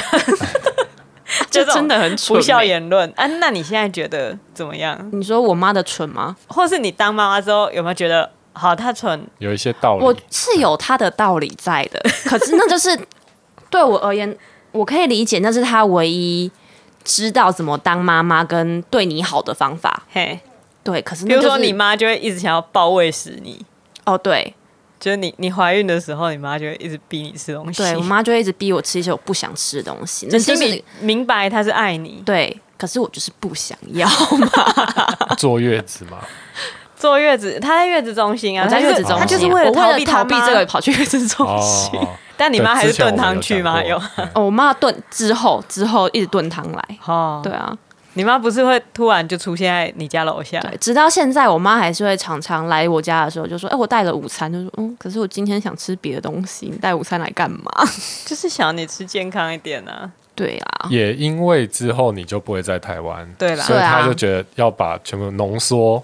A: 就
C: 这种
A: 真的很蠢、
C: 不孝
A: 欸。
C: 言论啊。那你现在觉得怎么样？
A: 你说我妈的蠢吗？
C: 或是你当妈妈之后有没有觉得好？她蠢，
B: 有一些道
A: 我
B: 理，
A: 是有她的道理在的，可是那就是对我而言，我可以理解，那是她唯一知道怎么当妈妈跟对你好的方法。
C: 嘿，
A: 对，可是
C: 比
A: 那、
C: 如
A: 就是、
C: 说你妈就会一直想要抱喂食你，
A: 哦，对
C: 就是你你怀孕的时候，你妈就会一直逼你吃东西，
A: 对，我妈就会一直逼我吃一些我不想吃的东西，那就
C: 心
A: 是
C: 里明白她是爱你。
A: 对，可是我就是不想要。
B: 坐月子嘛，
C: 坐月子，她在月子中心啊，
A: 我在
C: 她就
A: 月
C: 是
A: 子中心，
C: 她就是
A: 我为
C: 了逃
A: 了
C: 她
A: 逃避
C: 妈
A: 这个，跑去月子中
B: 哦
A: 心。，
B: 哦
C: 但你
B: 对
C: 妈还是
B: 之前我
C: 炖
B: 们
C: 汤去吗？
B: 有
C: 有
B: 讲过， 嗯
A: 哦，我妈炖之后之后一直炖汤来。
C: 哦，
A: 对，啊，
C: 你妈不是会突然就出现在你家楼下？
A: 对，直啊到现在，我妈还是会常常来我家的时候就说：“哎、我带了午餐。”就说：“嗯，可是我今天想吃别的东西，你带午餐来干嘛
C: 就是想你吃健康一点啊。？”
A: 对啊，
B: 也因为之后你就不会在台湾，
C: 对啦
B: 所以他
A: 对啊
B: 就觉得要把全部浓缩，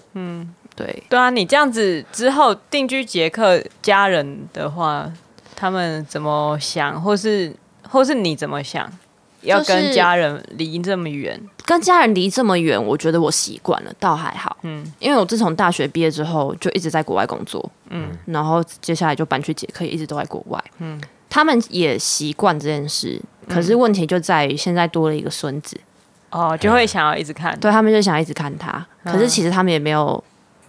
A: 对，
C: 对啊，你这样子之后定居捷克，家人的话，他们怎么想，或是或是你怎么想？要
A: 就是
C: 跟家人离这么远，
A: 跟家人离这么远，我觉得我习惯了，倒还好。嗯，因为我自从大学毕业之后就一直在国外工作，嗯，然后接下来就搬去捷克，也一直都在国外。嗯，他们也习惯这件事，可是问题就在于现在多了一个孙子，
C: 哦，就会想要一直看。
A: 对他们就想一直看他，
C: 嗯
A: 可是其实他们也没有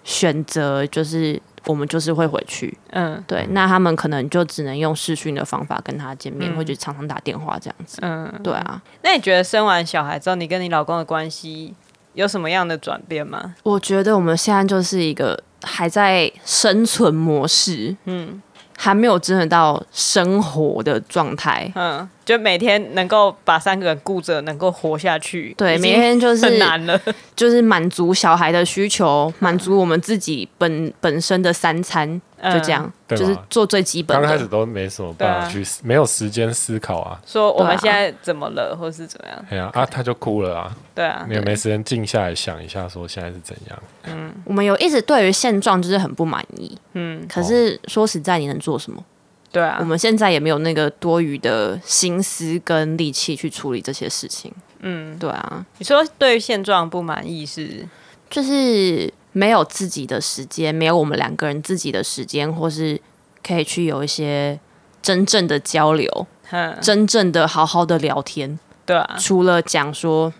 A: 选择，就是我们就是会回去。
C: 嗯
A: 对，那他们可能就只能用视讯的方法跟他见面，或者常常打电话这样子。
C: 嗯，
A: 对啊，
C: 那你觉得生完小孩之后，你跟你老公的关系有什么样的转变吗？
A: 我觉得我们现在就是一个还在生存模式，嗯，还没有真的到生活的状态。
C: 嗯，就每天能够把三个人顾着，能够活下去，
A: 对，
C: 已经
A: 每天就是
C: 很难嗯了。
A: 就是满足小孩的需求，满足我们自己本本身的三餐，就这样，
C: 嗯
B: 对吧
A: 就是做最基本
B: 刚开始
A: 的。啊
B: 都没什么办法去，没有时间思考啊。
C: 嗯说我
A: 对
C: 们
A: 啊
C: 现在怎么了，或是怎么样？
B: 哎呀啊，他就哭了啊，
C: 对
A: 嗯
C: 啊
B: 你，也没时间静下来想一下，说现在是怎样。
A: 我们有一直对于现状就是很不满意，嗯，可是说实在，你能做什么？
C: 对啊
A: 我，们现在也没有那个多余的心思跟力气去处理这些事情。嗯，对啊，
C: 你说对于现状不满意是
A: 就是没有自己的时间，没有我们两个人自己的时间，或是可以去有一些真正的交流，
C: 嗯，
A: 真正的好好的聊天。
C: 对啊，
A: 除了讲说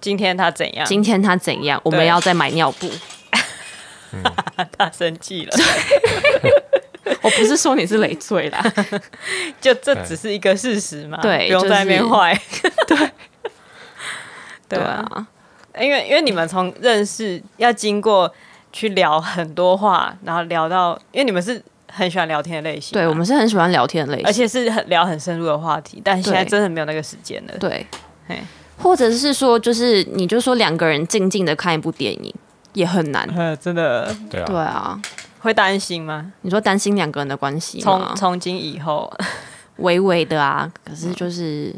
C: 今天他怎样？
A: 今天他怎样，我们要再买尿布。
C: 他生气了，
A: 我不是说你是累赘啦，
C: 就这只是一个事实嘛，
A: 对
C: 不用在那边
A: 就是
C: 坏， 啊对，
A: 对
C: 对啊，
A: 啊，
C: 因为因为你们从认识要经过去聊很多话，然后聊到，因为你们是很喜欢聊天的类型嘛，
A: 对我们是很喜欢聊天的类
C: 而
A: 型，
C: 且是很聊很深入的话题，但现在
A: 对
C: 真的没有那个时间了，
A: 对
C: 嘿，
A: 或者是说，就是你就说两个人静静的看一部电影也很难，
C: 呃， 真的
B: 对啊，
A: 对啊。
C: 会担心吗？
A: 你说担心两个人的关系
C: 从
A: 吗？
C: 从今以后，
A: 啊微微的啊，可是就是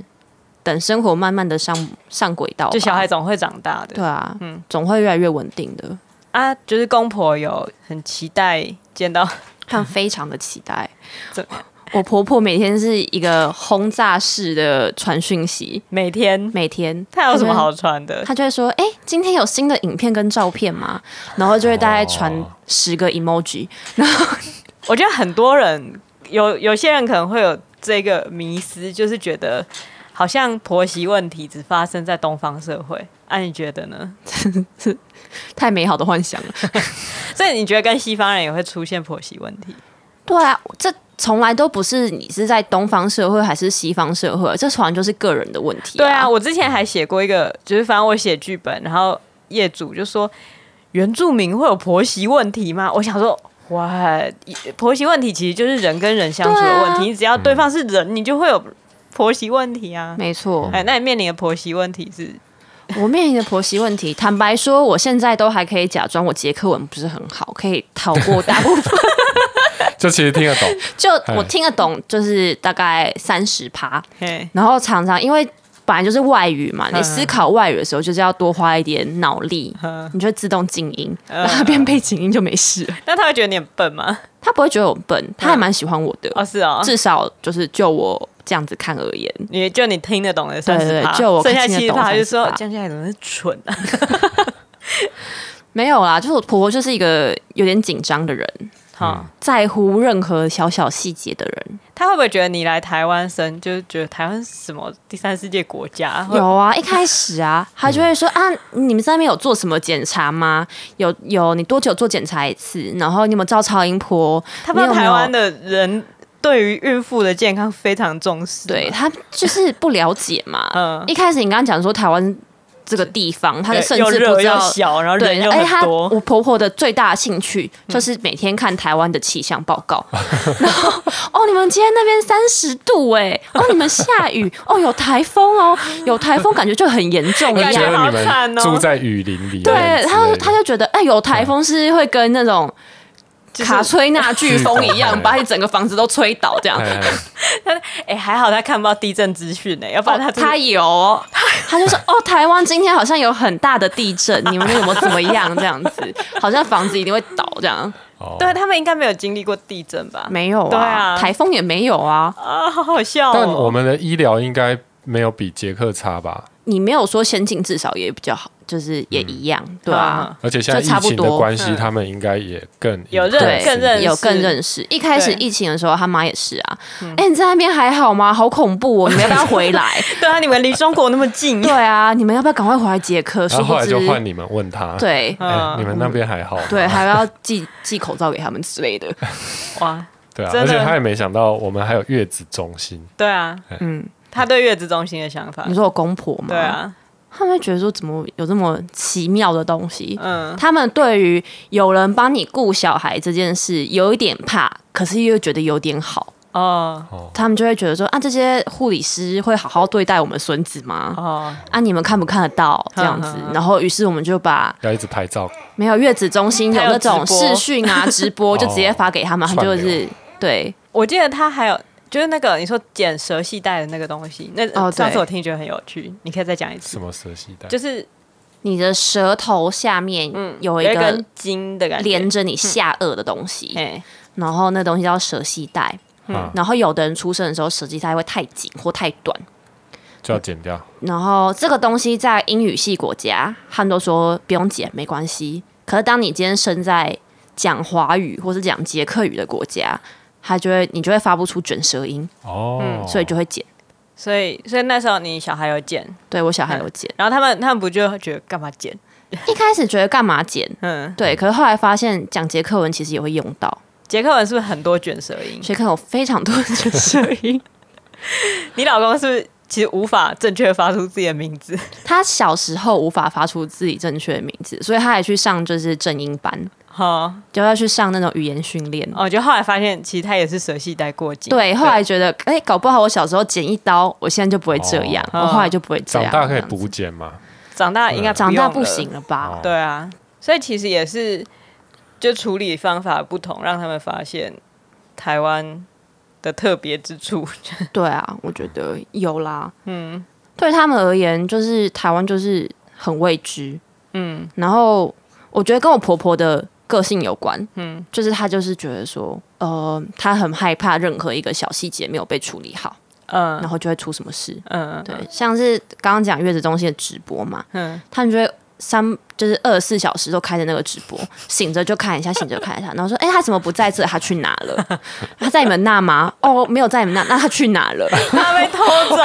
A: 等生活慢慢的上上轨道吧，
C: 就小孩嗯总会长大的，
A: 对啊，总会越来越稳定的。
C: 啊，就是公婆有很期待见到，
A: 她非常的期 待
C: 这。
A: 我婆婆每天是一个轰炸式的传讯息，
C: 每天
A: 每天
C: 他有什么好穿的？
A: 她就会说：“哎、今天有新的影片跟照片吗？”然后就会大概传
B: 哦
A: 十个 emoji，
C: 我觉得很多人有有些人可能会有这个迷思，就是觉得好像婆媳问题只发生在东方社会。啊，你觉得呢？
A: 太美好的幻想了。
C: 所以你觉得跟西方人也会出现婆媳问题？
A: 对啊，这从来都不是你是在东方社会还是西方社会，这从来就是个人的问题、
C: 对啊，，我之前还写过一个，就是反正我写剧本，然后业主就说原住民会有婆媳问题吗？我想说。哇，婆媳问题其实就是人跟人相处
A: 对
C: 的
A: 啊
C: 问题，你只要对方是人，你就会有婆媳问题啊。
A: 没错。
C: 哎，那你面临的婆媳问题是
A: 我面临的婆媳问题，坦白说，我现在都还可以假装我捷克文不是很好，可以逃过大部 分。
B: 就其实听得懂，
A: 就我听得懂，就是大概三十趴。
C: 嘿，
A: 然后常常因为本来就是外语嘛，你思考外语的时候就是要多花一点脑力，你就会自动静音，然后变配静音就没事了。哎
C: 那他会觉得你很笨吗？
A: 他不会觉得我笨，他还蛮喜欢我的，
C: 哦，是哦，
A: 至少就是就我这样子看而言。
C: 你就你听得懂的三
A: 对
C: 十
A: 对
C: 趴，
A: 就我
C: 剩下
A: 听得
C: 七
A: 懂
C: 趴就
A: 30%
C: 说江嘉怡怎么是蠢啊？
A: 没有啦，就是我婆婆就是一个有点紧张的人，
C: 好，
A: 在乎任何小小细节的人。
C: 他会不会觉得你来台湾生，就是觉得台湾是什么第三世界国家？会
A: 有啊，一开始啊，她就会说啊，你们在那边有做什么检查吗？有有，你多久做检查一次？然后你有没有照超音波？
C: 他不知道
A: 你有没
C: 台
A: 有
C: 湾的人对于孕妇的健康非常重视，
A: 对，她就是不了解嘛。
C: 嗯
A: 一开始你刚刚讲说台湾这个地方，她
C: 对
A: 的甚
C: 又
A: 至不
C: 热
A: 知
C: 又
A: 道。
C: 小，然后人
A: 对，
C: 又
A: 而且
C: 很
A: 她
C: 多，嗯
A: 我婆婆的最大的兴趣就是每天看台湾的气象报告， 然后哦，你们今天那边三十度哎，哦，你们下 雨，哦，有台风哦，有台风感觉就很严重一
C: 感
B: 觉
A: 样。
B: 得你
C: 好惨
B: 们
C: 哦
B: 住在雨林里面之类
A: 对
B: 的。，
A: 他他就觉得哎、有台风是会跟那种
C: 就是
A: 卡吹纳飓风一
B: 飓
A: 样，
B: 风
A: 把你整个房子都吹倒这样。
B: 哎 哎
C: 哎，还好他看不到地震资讯呢，要不然他
A: 哦
C: 真的
A: 他有哦，他就说哦，台湾今天好像有很大的地震，你们有没有怎么样？这样子，好像房子一定会倒这样。
B: 哦
C: 对他们应该没有经历过地震吧？
A: 没有
C: 对啊
A: 台风也没有啊。
C: 啊，好好笑哦。
B: 但我们的医疗应该没有比捷克差吧？
A: 你没有说先进，至少也比较好，就是也一样，对啊。
B: 而且现在
A: 就差
B: 疫
A: 不
B: 情的
A: 多
B: 关系，
C: 嗯
B: 他们应该也更
C: 有认
B: 对
C: 更认识
A: 有更认识。一开始
C: 对嗯
A: 疫情的时候，他妈也是啊。哎、你在那边还好吗？好恐 怖哦！你们要不要回来？
C: 对啊，你们离中国那么近，
A: 对啊，你们要不要赶快回来捷克？
B: 然
A: 殊
B: 后后
A: 不
B: 来
A: 知，
B: 就换你们问他，
A: 对
B: 哎、
C: 嗯
B: 你们那边还好吗？
A: 对，还要寄 寄口罩给他们之类的。
C: 嗯哇，
B: 对啊，
C: 真
B: 而
C: 的
B: 且他也没想到我们还有月子中心，
C: 对啊，
B: 哎
A: 嗯，
C: 他对月子中心的想法
A: 你，说我公婆吗？
C: 对，啊，
A: 他们会觉得说怎么有这么奇妙的东西？
C: 嗯，
A: 他们对于有人帮你顾小孩这件事有一点怕，可是又觉得有点好。
C: 哦
A: 他们就会觉得说啊，这些护理师会好好对待我们孙子吗？
C: 哦，
A: 啊，你们看不看得到这样子
C: 嗯嗯？嗯
A: 然后，于是我们就把
B: 要一直拍照，
A: 没有月子中心有
C: 还有
A: 那种
C: 直播
A: 视讯啊、直
C: 哦
A: 播，就直接发给他们，他们
B: 串流
A: 就是对
C: 我记得他还有。就是那个你说剪蛇系带的那个东西，那、
A: 哦对
C: 上次我听觉得很有趣，你可以再讲一次
B: 什。么蛇系带，
C: 就是
A: 你的舌头下面有一
C: 嗯有一
A: 个
C: 根筋的感觉，
A: 连着你下颚的东西，
C: 哎，
A: 然后那东西叫舌系带。
C: 嗯
B: 啊
A: 然后有的人出生的时候舌系带会太紧或太短，
B: 就要剪掉。
A: 然后这个东西在英语系国家，他们都说不用剪没关系。可是当你今天生在讲华语或是讲捷克语的国家，他就会你就会发不出卷舌音，
C: 嗯
B: 哦，
A: 所以就会剪。
C: 所以所以那时候你小孩有剪，
A: 对我小孩有剪，
C: 然后他们他们不就觉得干嘛剪？
A: 一开始觉得干嘛 剪，
C: 嗯，
A: 对，可是后来发现讲捷克文其实也会用到，
C: 杰克文是不是很多卷舌音？
A: 所以看有非常多的 卷舌音。
C: 你老公是不是其实无法正确地发出自己的名 字？
A: 他小时候无法发出自己正确的名字，所以他还去上就是正音班，
C: 好，
A: 就要去上那种语言训练。
C: 哦，就后来发现其实他也是舌系带过紧。
A: 对，后来觉得，哎、搞不好我小时候剪一刀，我现在就不会这样，
C: 哦
A: 我后来就不会这
B: 长
A: 样。
B: 大可
A: 这
B: 以
A: 样子
B: 补剪嘛？
C: 长大应该
A: 嗯长大
C: 用
A: 不
C: 了
A: 行。了吧？
B: 哦
C: 对啊，所以其实也是就处理方法不同，让他们发现台湾的特别之处。
A: 对啊，我觉得有啦。嗯，对他们而言，就是台湾就是很未知。嗯，然后我觉得跟我婆婆的个性有关。嗯，就是她就是觉得说，呃，她很害怕任何一个小细节没有被处理好，
C: 嗯
A: 然后就会出什么事。
C: 嗯，
A: 对，像是刚刚讲月子中心的直播嘛，
C: 嗯
A: 嗯，他们就会三就是二十四小时都开着那个直播， 醒着就看一下，醒着就看一下，然后说，哎、他怎么不在这？他去哪 了？他在你们那吗？哦，没有在你们那，那他去哪 了？
C: 他被偷 走。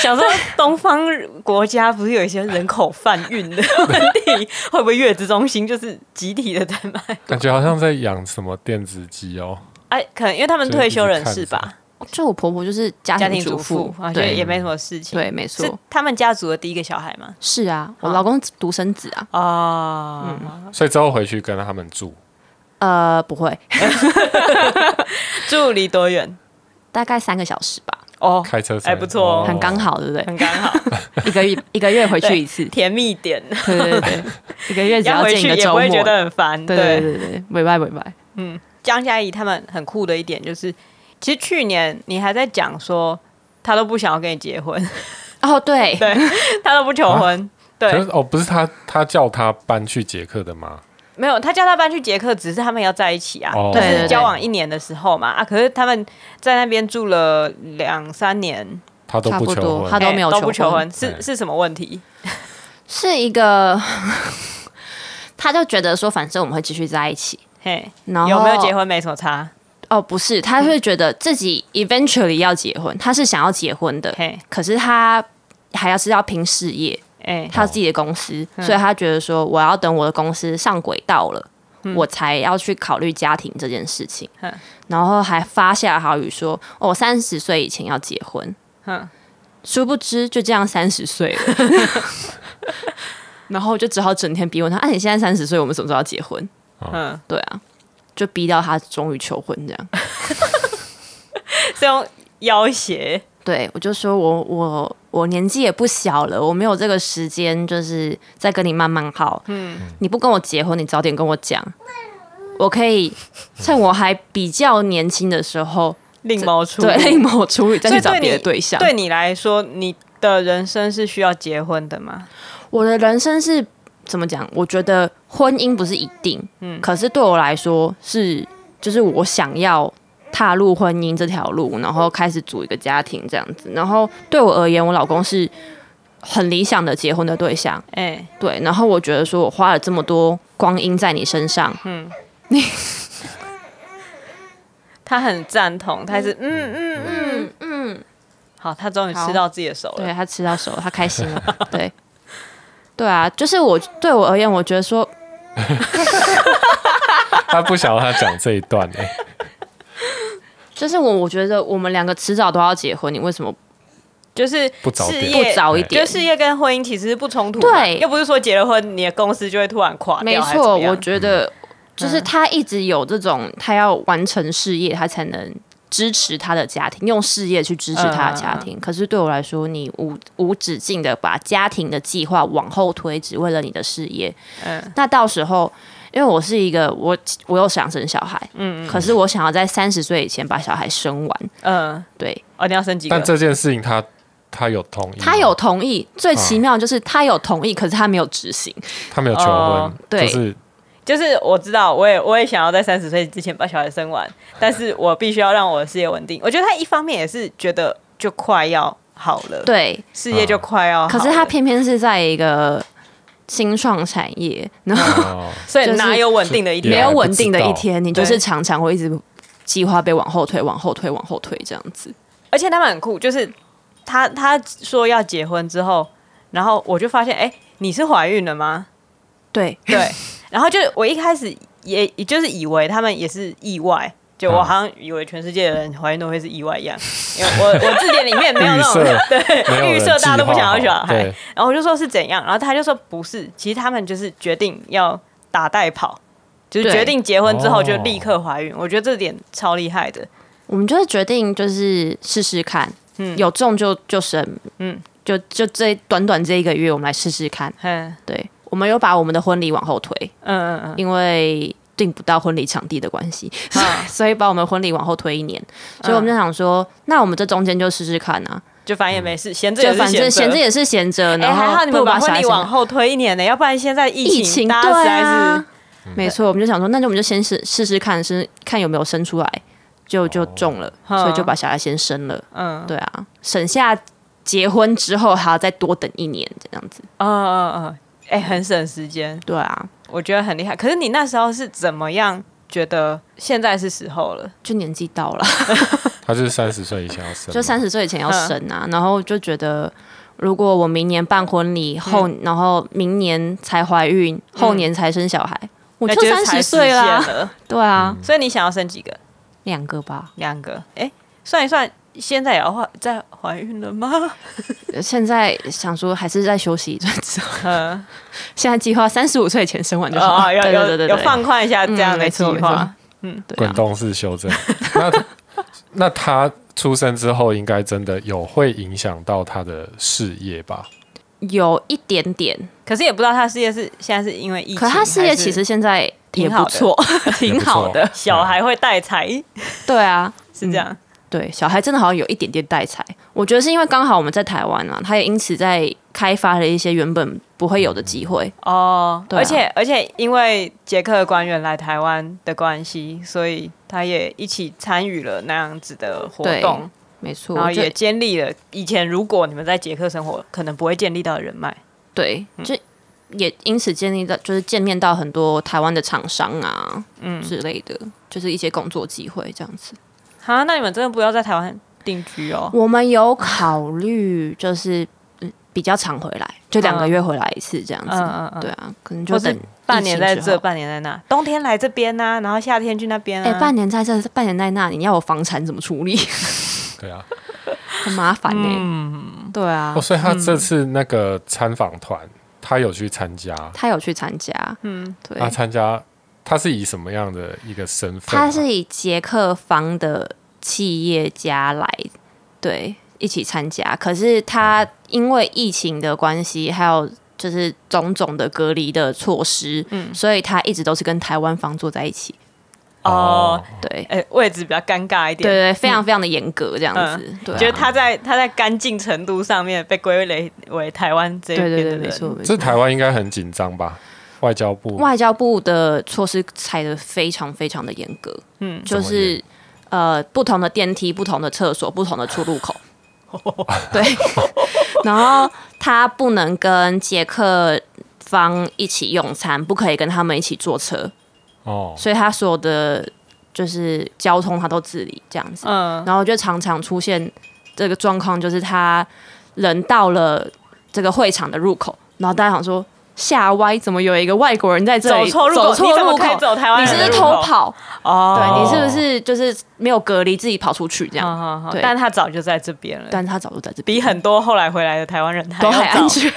C: 想说东方国家不是有一些人口贩运的问题，会不会月子中心就是集体的在卖？
B: 感觉好像在养什么电子鸡哦，
C: 哎，可能因为他们退休人士吧，
A: 就我婆婆就是家
C: 家
A: 庭
C: 庭
A: 主
C: 主
A: 妇
C: 妇，，啊，就
A: 对
C: 也没什么事情。
A: 对，，没
C: 是
A: 错，
C: 他们家族的第一个小孩吗？
A: 是啊，我老公独生子啊，
C: 哦，
B: 所以之后回去跟他们住，
A: 呃，不会，
C: 住离多远？
A: 大概三个小时吧，
C: 哦，
B: 开车
C: 还不错哦
A: 很刚，好，对不对？
C: 很刚 好，
A: 一个月一个月回去一次，
C: 甜蜜点，
A: 对对 对，一个月只
C: 要回
A: 见一
C: 去
A: 个
C: 也
A: 周
C: 不
A: 末
C: 会，觉得很烦。
A: 对对对对，委拜委拜。
C: 江嘉怡他们很酷的一点就是，其实去年你还在讲说他都不想要跟你结婚，
A: 哦，对，
C: 对他都不求婚，
A: 啊
B: 可
C: 对，
B: 是哦，不是他他叫他搬去捷克的吗？
C: 没有他叫他搬去捷克，只是他们要在一起啊，
B: 哦
C: 就
A: 对对
C: 是
A: 对
C: 交往一年的时候嘛啊，可是他们在那边住了两三年，
B: 他都
A: 差
B: 不
A: 不
B: 求
A: 多
B: 婚，
A: 他都
C: 哎
A: 没有
C: 都不
A: 求
C: 求
A: 婚
C: 婚，是
B: 哎
C: 是什么问题？
A: 是一个， 他就觉得说，反正我们会继续在一起。
C: 嘿，
A: 然后
C: 有没有结？婚没什么差，
A: 哦，不是，他会觉得自己 eventually 要结婚，他是想要结婚的，
C: 嘿，
A: 可是他还要是要拼事业，
C: 哎，
A: 他有自己的公司，所以他觉得说，我要等我的公司上轨道了。我才要去考虑家庭这件事情
C: 嗯，
A: 然后还发下豪语说：“哦我三十岁以前要结婚。
C: 嗯”
A: 殊不知就这样三十岁了， 然后就只好整天逼问他：“啊，你现在三十岁，我们什么时候要结婚
C: 嗯，？”
A: 对啊，就逼到他终于求婚这样。
C: 是用要挟，
A: 对我就说我我我年纪也不小了，我没有这个时间，就是再跟你慢慢耗。嗯，你不跟我结婚，你早点跟我讲，我可以趁我还比较年轻的时候，
C: 另谋出路
A: 对， 另谋出路再
C: 所以
A: 去找
C: 对
A: 别的
C: 你
A: 对象。
C: 对你来说，你的人生是需要结婚的吗？
A: 我的人生是怎么讲？我觉得婚姻不是一定，嗯，可是对我来说是，就是我想要踏入婚姻这条路，然后开始组一个家庭这样子。然后对我而言，我老公是很理想的结婚的对象，
C: 哎、
A: 对。然后我觉得说我花了这么多光阴在你身上，
C: 他很赞同，他是嗯嗯嗯，
A: 嗯嗯，
C: 好，他终于
A: 好
C: 吃到自己的手
A: 对
C: 了，
A: 他吃到手了，他开心了， 对。对啊，就是我对我而言，我觉得说
B: 他不想要他讲这一段 哎、
A: 就是我，我觉得我们两个迟早都要结婚，你为什么
C: 就是
B: 不早
C: 事
B: 点
A: 不
C: 业
A: 早一
B: 哎
A: 点？
C: 就事业跟婚姻其实是不冲突嘛，
A: 对
C: 又不是说结了婚你的公司就会突然垮
A: 没
C: 掉还是怎
A: 错，
C: 么样，
A: 我觉得就是他一直有这种，他要完成事业，他才能支持他的家庭，用事业去支持他的家
C: 嗯
A: 庭。可是对我来说，你无无止境的把家庭的计划往后推，只为了你的事业。
C: 嗯
A: 那到时候。因为我是一个我我又想生小孩，嗯，可是我想要在三十岁以前把小孩生完，
C: 嗯，
A: 对
C: 哦，你要生几个
B: 但？这件事情他他有同意吗，
A: 他有同意。最奇妙的就是他有同意，可是他没有执行。
B: 他没有求
C: 哦
B: 婚，
A: 对
B: 就是
C: 就是我知道，我也我也想要在三十岁之前把小孩生完，但是我必须要让我的事业稳定。我觉得他一方面也是觉得就快要好了，，
A: 对，
C: 事业就快要好
A: 可
C: 了
A: 是他偏偏是在一个新创产业，然后
B: 哦，
C: 所以
A: 就是
C: 哪有稳定的一
B: 也
A: 没
C: 天？
A: 有
B: 还不
A: 稳定的
B: 知道
A: 一天，你就是常常会一直计划被往后推、往后推、往后推这样子。
C: 而且他们很酷，就是他他说要结婚之后，然后我就发现，哎、你是怀孕了吗？
A: 对，
C: 对，然后就我一开始也也就是以为他们也是意外，就我
B: 嗯
C: 好像以为全世界的人怀孕都会是意外一样，因为我我字典里面没有那种
B: 预设没有
C: 对预
B: 人
C: 设大家都不
B: 计划
C: 想要小
B: 好
C: 孩
B: 对，
C: 然后我就说是怎样，然后他就说不是，其实他们就是决定要打带跑。就是
A: 对
C: 决定结婚之后就
B: 哦
C: 立刻怀孕，我觉得这点超厉害的。
A: 我们就是决定就是试试看，有中就就生，嗯
C: 嗯，
A: 就就这短短这一个月，我们来试试看。
C: 嗯
A: 对，我们有把我们的婚礼往后推，
C: 嗯嗯
A: 因为订不到婚礼场地的关系， 所以把我们婚礼往后推一年。所以我们就想说，那我们这中间就试试看啊。
C: 嗯，就反正也没事，闲着也
A: 就是反正
C: 闲
A: 闲
C: 着
A: 着。也是闲着，
C: 哎，
A: 然
C: 还好
A: 后
C: 你
A: 不
C: 们
A: 如
C: 把
A: 把小
C: 婚
A: 孩
C: 礼
A: 生
C: 往后推一年呢，要不然现在疫
A: 疫
C: 情，
A: 情
C: 大家实
A: 对
C: 在是、嗯
A: 啊，没错，我们就想说，那就我们就先试试试看，生看有没有生出来，就就中了，
C: 嗯
A: 所以就把小孩先生了。
C: 嗯
A: 对啊，省下结婚之后还要再多等一年这样子。
C: 嗯嗯嗯，哎、很省时间，
A: 对啊，
C: 我觉得很厉害。可是你那时候是怎么样觉得现在是时候了？
A: 就年纪到
C: 嗯
A: 了，
B: 他就是三十岁以前要生嘛，
A: 就三十岁以前要生
C: 嗯
A: 啊，然后就觉得。如果我明年办婚礼后，
C: 嗯
A: 然后明年才怀孕，后年才生小孩，我
C: 那
A: 就
C: 就是
A: 三
C: 才
A: 十
C: 实
A: 岁
C: 现
A: 啦。
C: 了，嗯
A: 对啊，
C: 所以你想要生几个？
A: 两个吧。
C: 两个？哎、算一算，现在也要怀再怀孕了 吗？
A: 现在想说还是再休息一阵子，
C: 嗯，
A: 现在计划三十五岁前生完就
C: 哦
A: 好。
C: 哦，有
A: 对对对
C: 有
A: 对
C: 有
A: 对
C: 放宽一下这样
A: 嗯
C: 的
A: 没
C: 计
A: 错没错
C: 划。
A: 对
B: 滚
A: 啊，
B: 动式修正。 那那他出生之后，应该真的有会影响到他的事业吧？
A: 有一点点，
C: 可是也不知道他事业是现在是因为疫情，
A: 可他事业
C: 还是
A: 其实现在也
C: 挺好
A: 不
C: 的
A: 错，
B: 也
A: 挺
B: 不错
A: 好的。
C: 小孩会带财，
A: 对啊，
C: 是这样。
A: 对，小孩真的好像有一点点带财。我觉得是因为刚好我们在台湾啊，他也因此在开发了一些原本不会有的机
B: 嗯
A: 会。
C: 哦，
A: 对啊
C: 而且而且因为捷克的官员来台湾的关系，所以他也一起参与了那样子的活
A: 对
C: 动，
A: 没错，
C: 然后
A: 我觉
C: 也
A: 得
C: 建立了以前如果你们在捷克生活，可能不会建立到的人脉。
A: 对，
C: 嗯
A: 就也因此建立到就是见面到很多台湾的厂商啊，嗯之类的，就是一些工作机会这样子。
C: 好，那你们真的不要在台湾定居哦。
A: 我们有考虑，就是嗯比较常回来，就两个月回来一次这样子。
C: 嗯嗯嗯
A: 对啊，可能就
C: 或
A: 等
C: 是半年在
A: 疫情之
C: 这，
A: 后。
C: 半年在那，冬天来这边呐、然后夏天去那边啊。
A: 哎、半年在这，半年在那，你要我房产怎么处理？
B: 对啊，
A: 很麻烦
C: 嗯
A: 呢、对啊
B: 哦，，所以他这次那个参访团，他有去参加，
A: 他有去参加，嗯，对，
B: 他参加，他是以什么样的一个身份啊？
A: 他是以捷克方的企业家来，对，一起参加。可是他因为疫情的关系，还有就是种种的隔离的措施，嗯，所以他一直都是跟台湾方坐在一起。
C: 哦，
A: 对，
C: 哎、位置比较尴尬一
A: 对对，
C: 点。
A: 非常非常的严格这样
C: 嗯
A: 子，对啊，
C: 觉得他在他在干净程度上面被归类为台湾这
A: 对
C: 一边
A: 对对，
C: 的人，嗯
A: 没错没错。
B: 这台湾应该很紧张吧？外交部
A: 外交部的措施采的非常非常的严格，
C: 嗯
A: 就
B: 怎么
A: 是
B: 严
A: 呃不同的电梯、不同的厕所、不同的出入 口。对， 然后他不能跟捷克方一起用餐，不可以跟他们一起坐车，
B: 哦，
A: 所以他所有的就是交通他都自理这样子。
C: 嗯，
A: 然后就常常出现这个状况，就是他人到了这个会场的入口，然后大家想说下歪，怎么有一个外国人在这
C: 走
A: 里
C: 错入口，
A: 走错
C: 你怎么
A: 入
C: 可以
A: 口？
C: 走台湾
A: 你
C: 人
A: 是不
C: 的
A: 是
C: 入
A: 偷
C: 口？
A: 跑？对
C: 哦，
A: 你是不是就是没有隔离，自己跑出去这
C: 好
A: 样？
C: 好好
A: 对
C: 嗯但他早就在这边了，
A: 但是他早就在这边，
C: 比很多后来回来的台湾人还
A: 都
C: 要
A: 还
C: 早
A: 安全，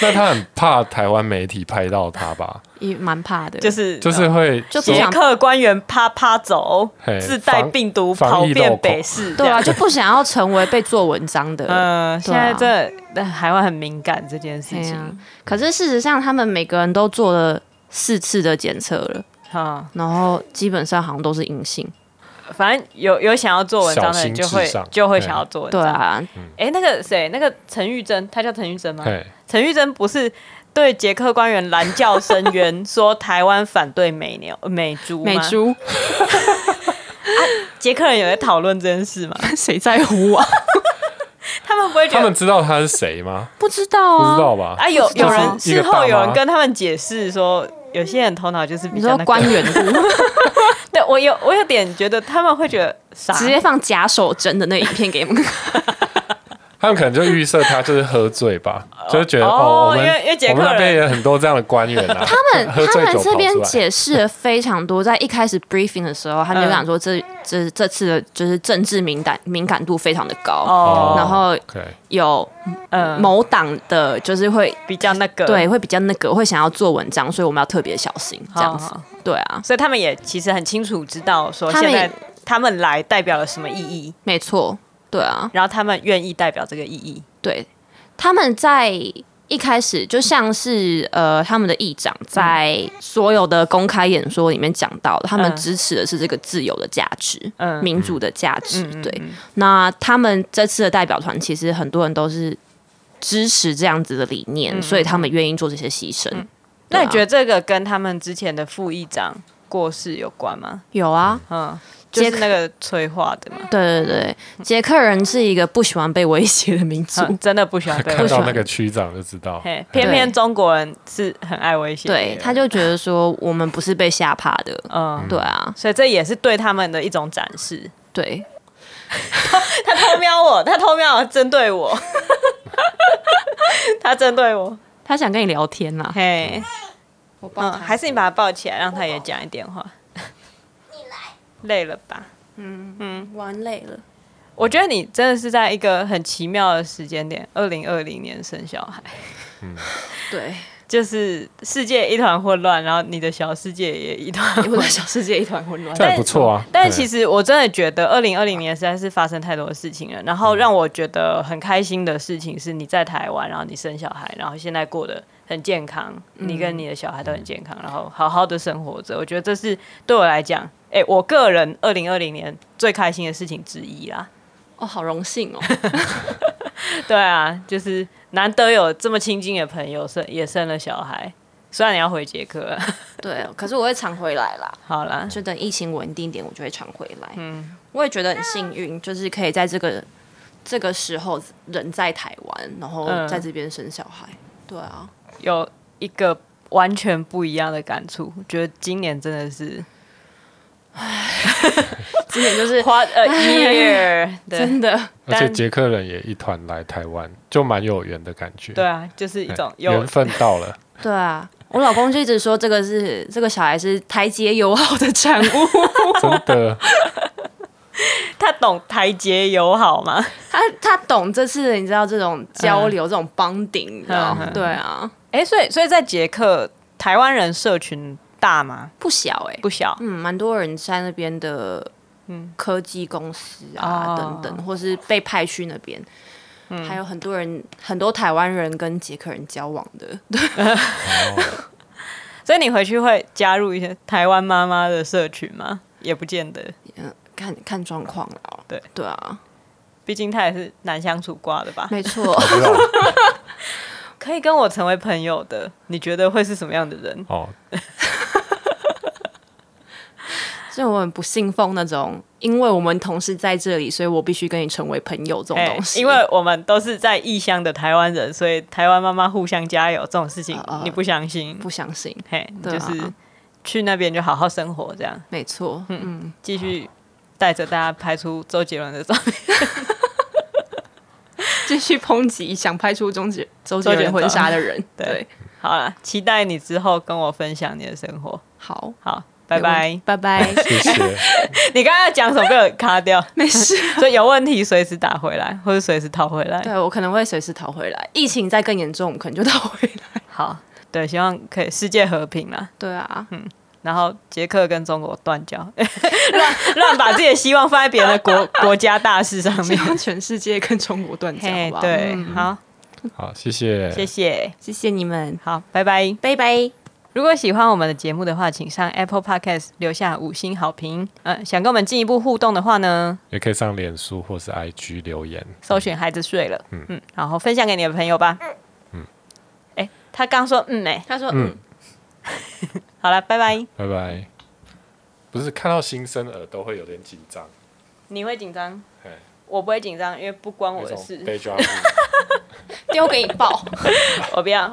B: 那他很怕台湾媒体拍到他吧？
A: 也蛮怕的。
C: 就是呃
B: 就是会
A: 就不
C: 捷
A: 想
C: 克官员啪啪走
B: 嘿，
C: 自带
B: 防
C: 病毒
B: 防
C: 跑
B: 疫
C: 遍
B: 漏口
C: 北市，
A: 对
C: 这
A: 啊，
C: 样
A: 就不想要成为被做文章的。
C: 嗯，现
A: 对啊
C: 在这呃台湾很敏感这件事
A: 对
C: 情
A: 啊，可是事实上，他们每个人都做了四次的检测了，
C: 哈，
A: 然后基本上好像都是阴性。
C: 反正有有想要做文章的人
B: 小
C: 就
B: 心
C: 会
B: 至上
C: 就会想要做文
A: 对
C: 章。，
A: 啊，
C: 哎，那个谁，那个陈玉珍，她叫陈玉珍吗？
B: 嘿，
C: 陈玉珍不是对捷克官员蓝叫声援， 说台湾反对美牛呃美猪吗
A: 美，珠，
C: 捷克人有在讨论这件事吗？
A: 谁在乎啊？
C: 他们不会觉
B: 他
C: 得
B: 们知道他是谁吗？
A: 不知道
B: 不
A: 啊，
B: 知 道吧？
C: 啊？有
A: 不知道
C: 有人
B: 就是一个
C: 事
B: 大
C: 后
B: 妈
C: 有人跟他们解释说，有些人头脑就是比
A: 你
C: 较
A: 说
C: 那个
A: 官员 部
C: 对我有我有点觉得他们会觉得傻，
A: 直接放假手针的那影片给我们 看，
B: 他们可能就预设他就是喝醉吧，就是觉得
C: 哦
B: 哦，我们
C: 因为因为捷克
B: 我们那边
C: 人
B: 也很多这样的官员啊，
A: 他们
B: 喝
A: 他
B: 醉
A: 们
B: 酒
A: 这边
B: 跑出来，
A: 解释了非常多，在一开始 briefing 的时候，他们就讲说这这这次的就是政治敏感敏感度非常的高，
C: 哦，
A: 然后
B: OK，
A: 有
C: 嗯，
A: 某党的就是会
C: 比较那个，
A: 对，会比较那个会想要做文章，所以我们要特别小心这样子
C: 好好，
A: 对啊，
C: 所以他们也其实很清楚知道说
A: 他们
C: 现
A: 也
C: 在他们来代表了什么意义，
A: 没错，对啊，
C: 然后他们愿意代表这个意义。
A: 对，他们在一开始就像是呃，他们的议长在所有的公开演说里面讲到的，他们
C: 嗯
A: 支持的是这个自由的价值、
C: 嗯
A: 民主的价值。
C: 嗯
A: 对，那他们这次的代表团其实很多人都是支持这样子的理
C: 嗯
A: 念，所以他们愿意做这些牺牲。对
C: 那
A: 啊
C: 你觉得这个跟他们之前的副议长过世有关吗？
A: 有啊，
C: 嗯，就是
A: 杰克
C: 那个催化的嘛。
A: 对对对，捷克人是一个不喜欢被威胁的民族。
C: 嗯真的不喜欢被
B: 看
C: 威胁，
B: 到那个区长就知道，
C: 嘿偏偏中国人是很爱威胁别人。
A: 对，他就觉得说我们不是被吓怕的，
C: 嗯，
A: 对啊，
C: 所以这也是对他们的一种展示。
A: 对，
C: 他偷瞄我，他偷瞄我，针对我， 他针对我。
A: 他想跟你聊天
C: 啊
A: 啦，
C: 嘿，
A: 我帮
C: 嗯，
A: 他
C: 还是你把他抱起来，让他也讲一点话。累了吧？嗯
A: 玩累了。
C: 我觉得你真的是在一个很奇妙的时间点，二零二零年生小孩，
A: 对，
C: 就是世界一团混乱，然后你的小世界也一团混
A: 我的
C: 乱。
A: 小世界一团混乱。
B: 这样不错啊。
C: 但其实我真的觉得，二零二零年实在是发生太多的事情了。然后让我觉得很开心的事情是，你在台湾，然后你生小孩，然后现在过得很健康，你跟你的小孩都很健康，然后好好的生活着。我觉得这是对我来讲，哎、我个人二零二零年最开心的事情之一啦。
A: 哦，好荣幸哦。
C: 对啊，就是难得有这么亲近的朋友生也生了小孩，虽然你要回捷克了，
A: 对，可是我会常回来啦，
C: 好啦，
A: 就等疫情稳定一点，我就会常回来。嗯，我也觉得很幸运，就是可以在这个这个时候人在台湾，然后
C: 嗯
A: 在这边生小孩。对啊，
C: 有一个完全不一样的感触，觉得今年真的 是。
A: 之前 就是
C: 花呃 year，对
A: 真的
B: 而且
C: 但
B: 捷克人也一团来台湾，就蛮有缘的感觉。
C: 对啊，就是一
B: 嘿，
C: 种有
B: 缘分到 了，
A: 对啊。我老公就一直说，这个是这个小孩是台阶友好的产 物，
B: 真的。，
C: 他懂台阶友好吗？
A: 他他懂这次你知道这种交流、这种帮顶，你知道吗
C: 嗯嗯？嗯
A: 对啊，
C: 哎、所以所以在捷克，台湾人社群大吗？
A: 不小哎、
C: 不小，
A: 嗯，蛮多人在那边的，嗯，科技公司啊、
C: 哦嗯
A: 等等，或是被派去那边，还有很多人，很多台湾人跟捷克人交往的，
C: 所以你回去会加入一些台湾妈妈的社群吗？也不见得，
A: 看看状况啦。
C: 对
A: 对啊，
C: 毕竟他也是难相处挂的吧。
A: 没错
B: 不知道
C: 可以跟我成为朋友的，你觉得会是什么样的人？
B: 哦，
A: 所以我很不信奉那种因为我们同事在这里，所以我必须跟你成为朋友这种
C: 哎
A: 东西。
C: 因为我们都是在异乡的台湾人，所以台湾妈妈互相加油这种事情
A: 啊啊，
C: 你不相信？
A: 不相信，
C: 嘿，你
A: 对
C: 就
A: 啊
C: 是去那边就好好生活，这样
A: 没错，嗯，
C: 继续带着大家拍出周杰伦的照片。
A: 继续抨击想拍出周杰周杰
C: 周杰
A: 伦
C: 伦
A: 婚纱的人。
C: 对
A: 对，
C: 好了，期待你之后跟我分享你的生活。
A: 好，
C: 好，拜
A: 没问拜
C: 拜。
A: 拜，
B: 谢谢。
C: 你刚刚讲什么被我卡掉，
A: 没事。
C: 所以有问题随时打回来，或者随时讨回来。
A: 对我啊可能会随时逃回来，疫情再更严重，我们可能就逃回 来。
C: 好，对，希望可以世界和平啦。
A: 对啊，
C: 然后捷克跟中国断交， 乱乱把自己的希望放在别人的国 国家大事上
A: 希
C: 面。
A: 望全世界跟中国断交，好
C: 嘿
A: 不，好？
C: 对，
A: 嗯
C: 好，
B: 好，谢谢，
C: 谢谢，
A: 谢谢你们，
C: 好，拜拜。
A: 拜拜。
C: 如果喜欢我们的节目的话，请上 Apple Podcast 留下五星好评。呃，想跟我们进一步互动的话呢，
B: 也可以上脸书或是 IG 留言。
C: 搜寻“孩子睡了”，嗯然后分享给你的朋友吧。嗯哎，他刚说嗯哎，
A: 他说，
B: 嗯
A: 嗯，
C: 好了，拜拜。
B: 拜
C: 嗯
B: 拜。不是看到新生儿都会有点紧张，
C: 你会紧张
B: 嘿？
C: 我不会紧张，因为不关
B: 那
C: 我的
B: 种
C: 事。
B: 被抓住。
A: 丢给你抱。
C: 我不要，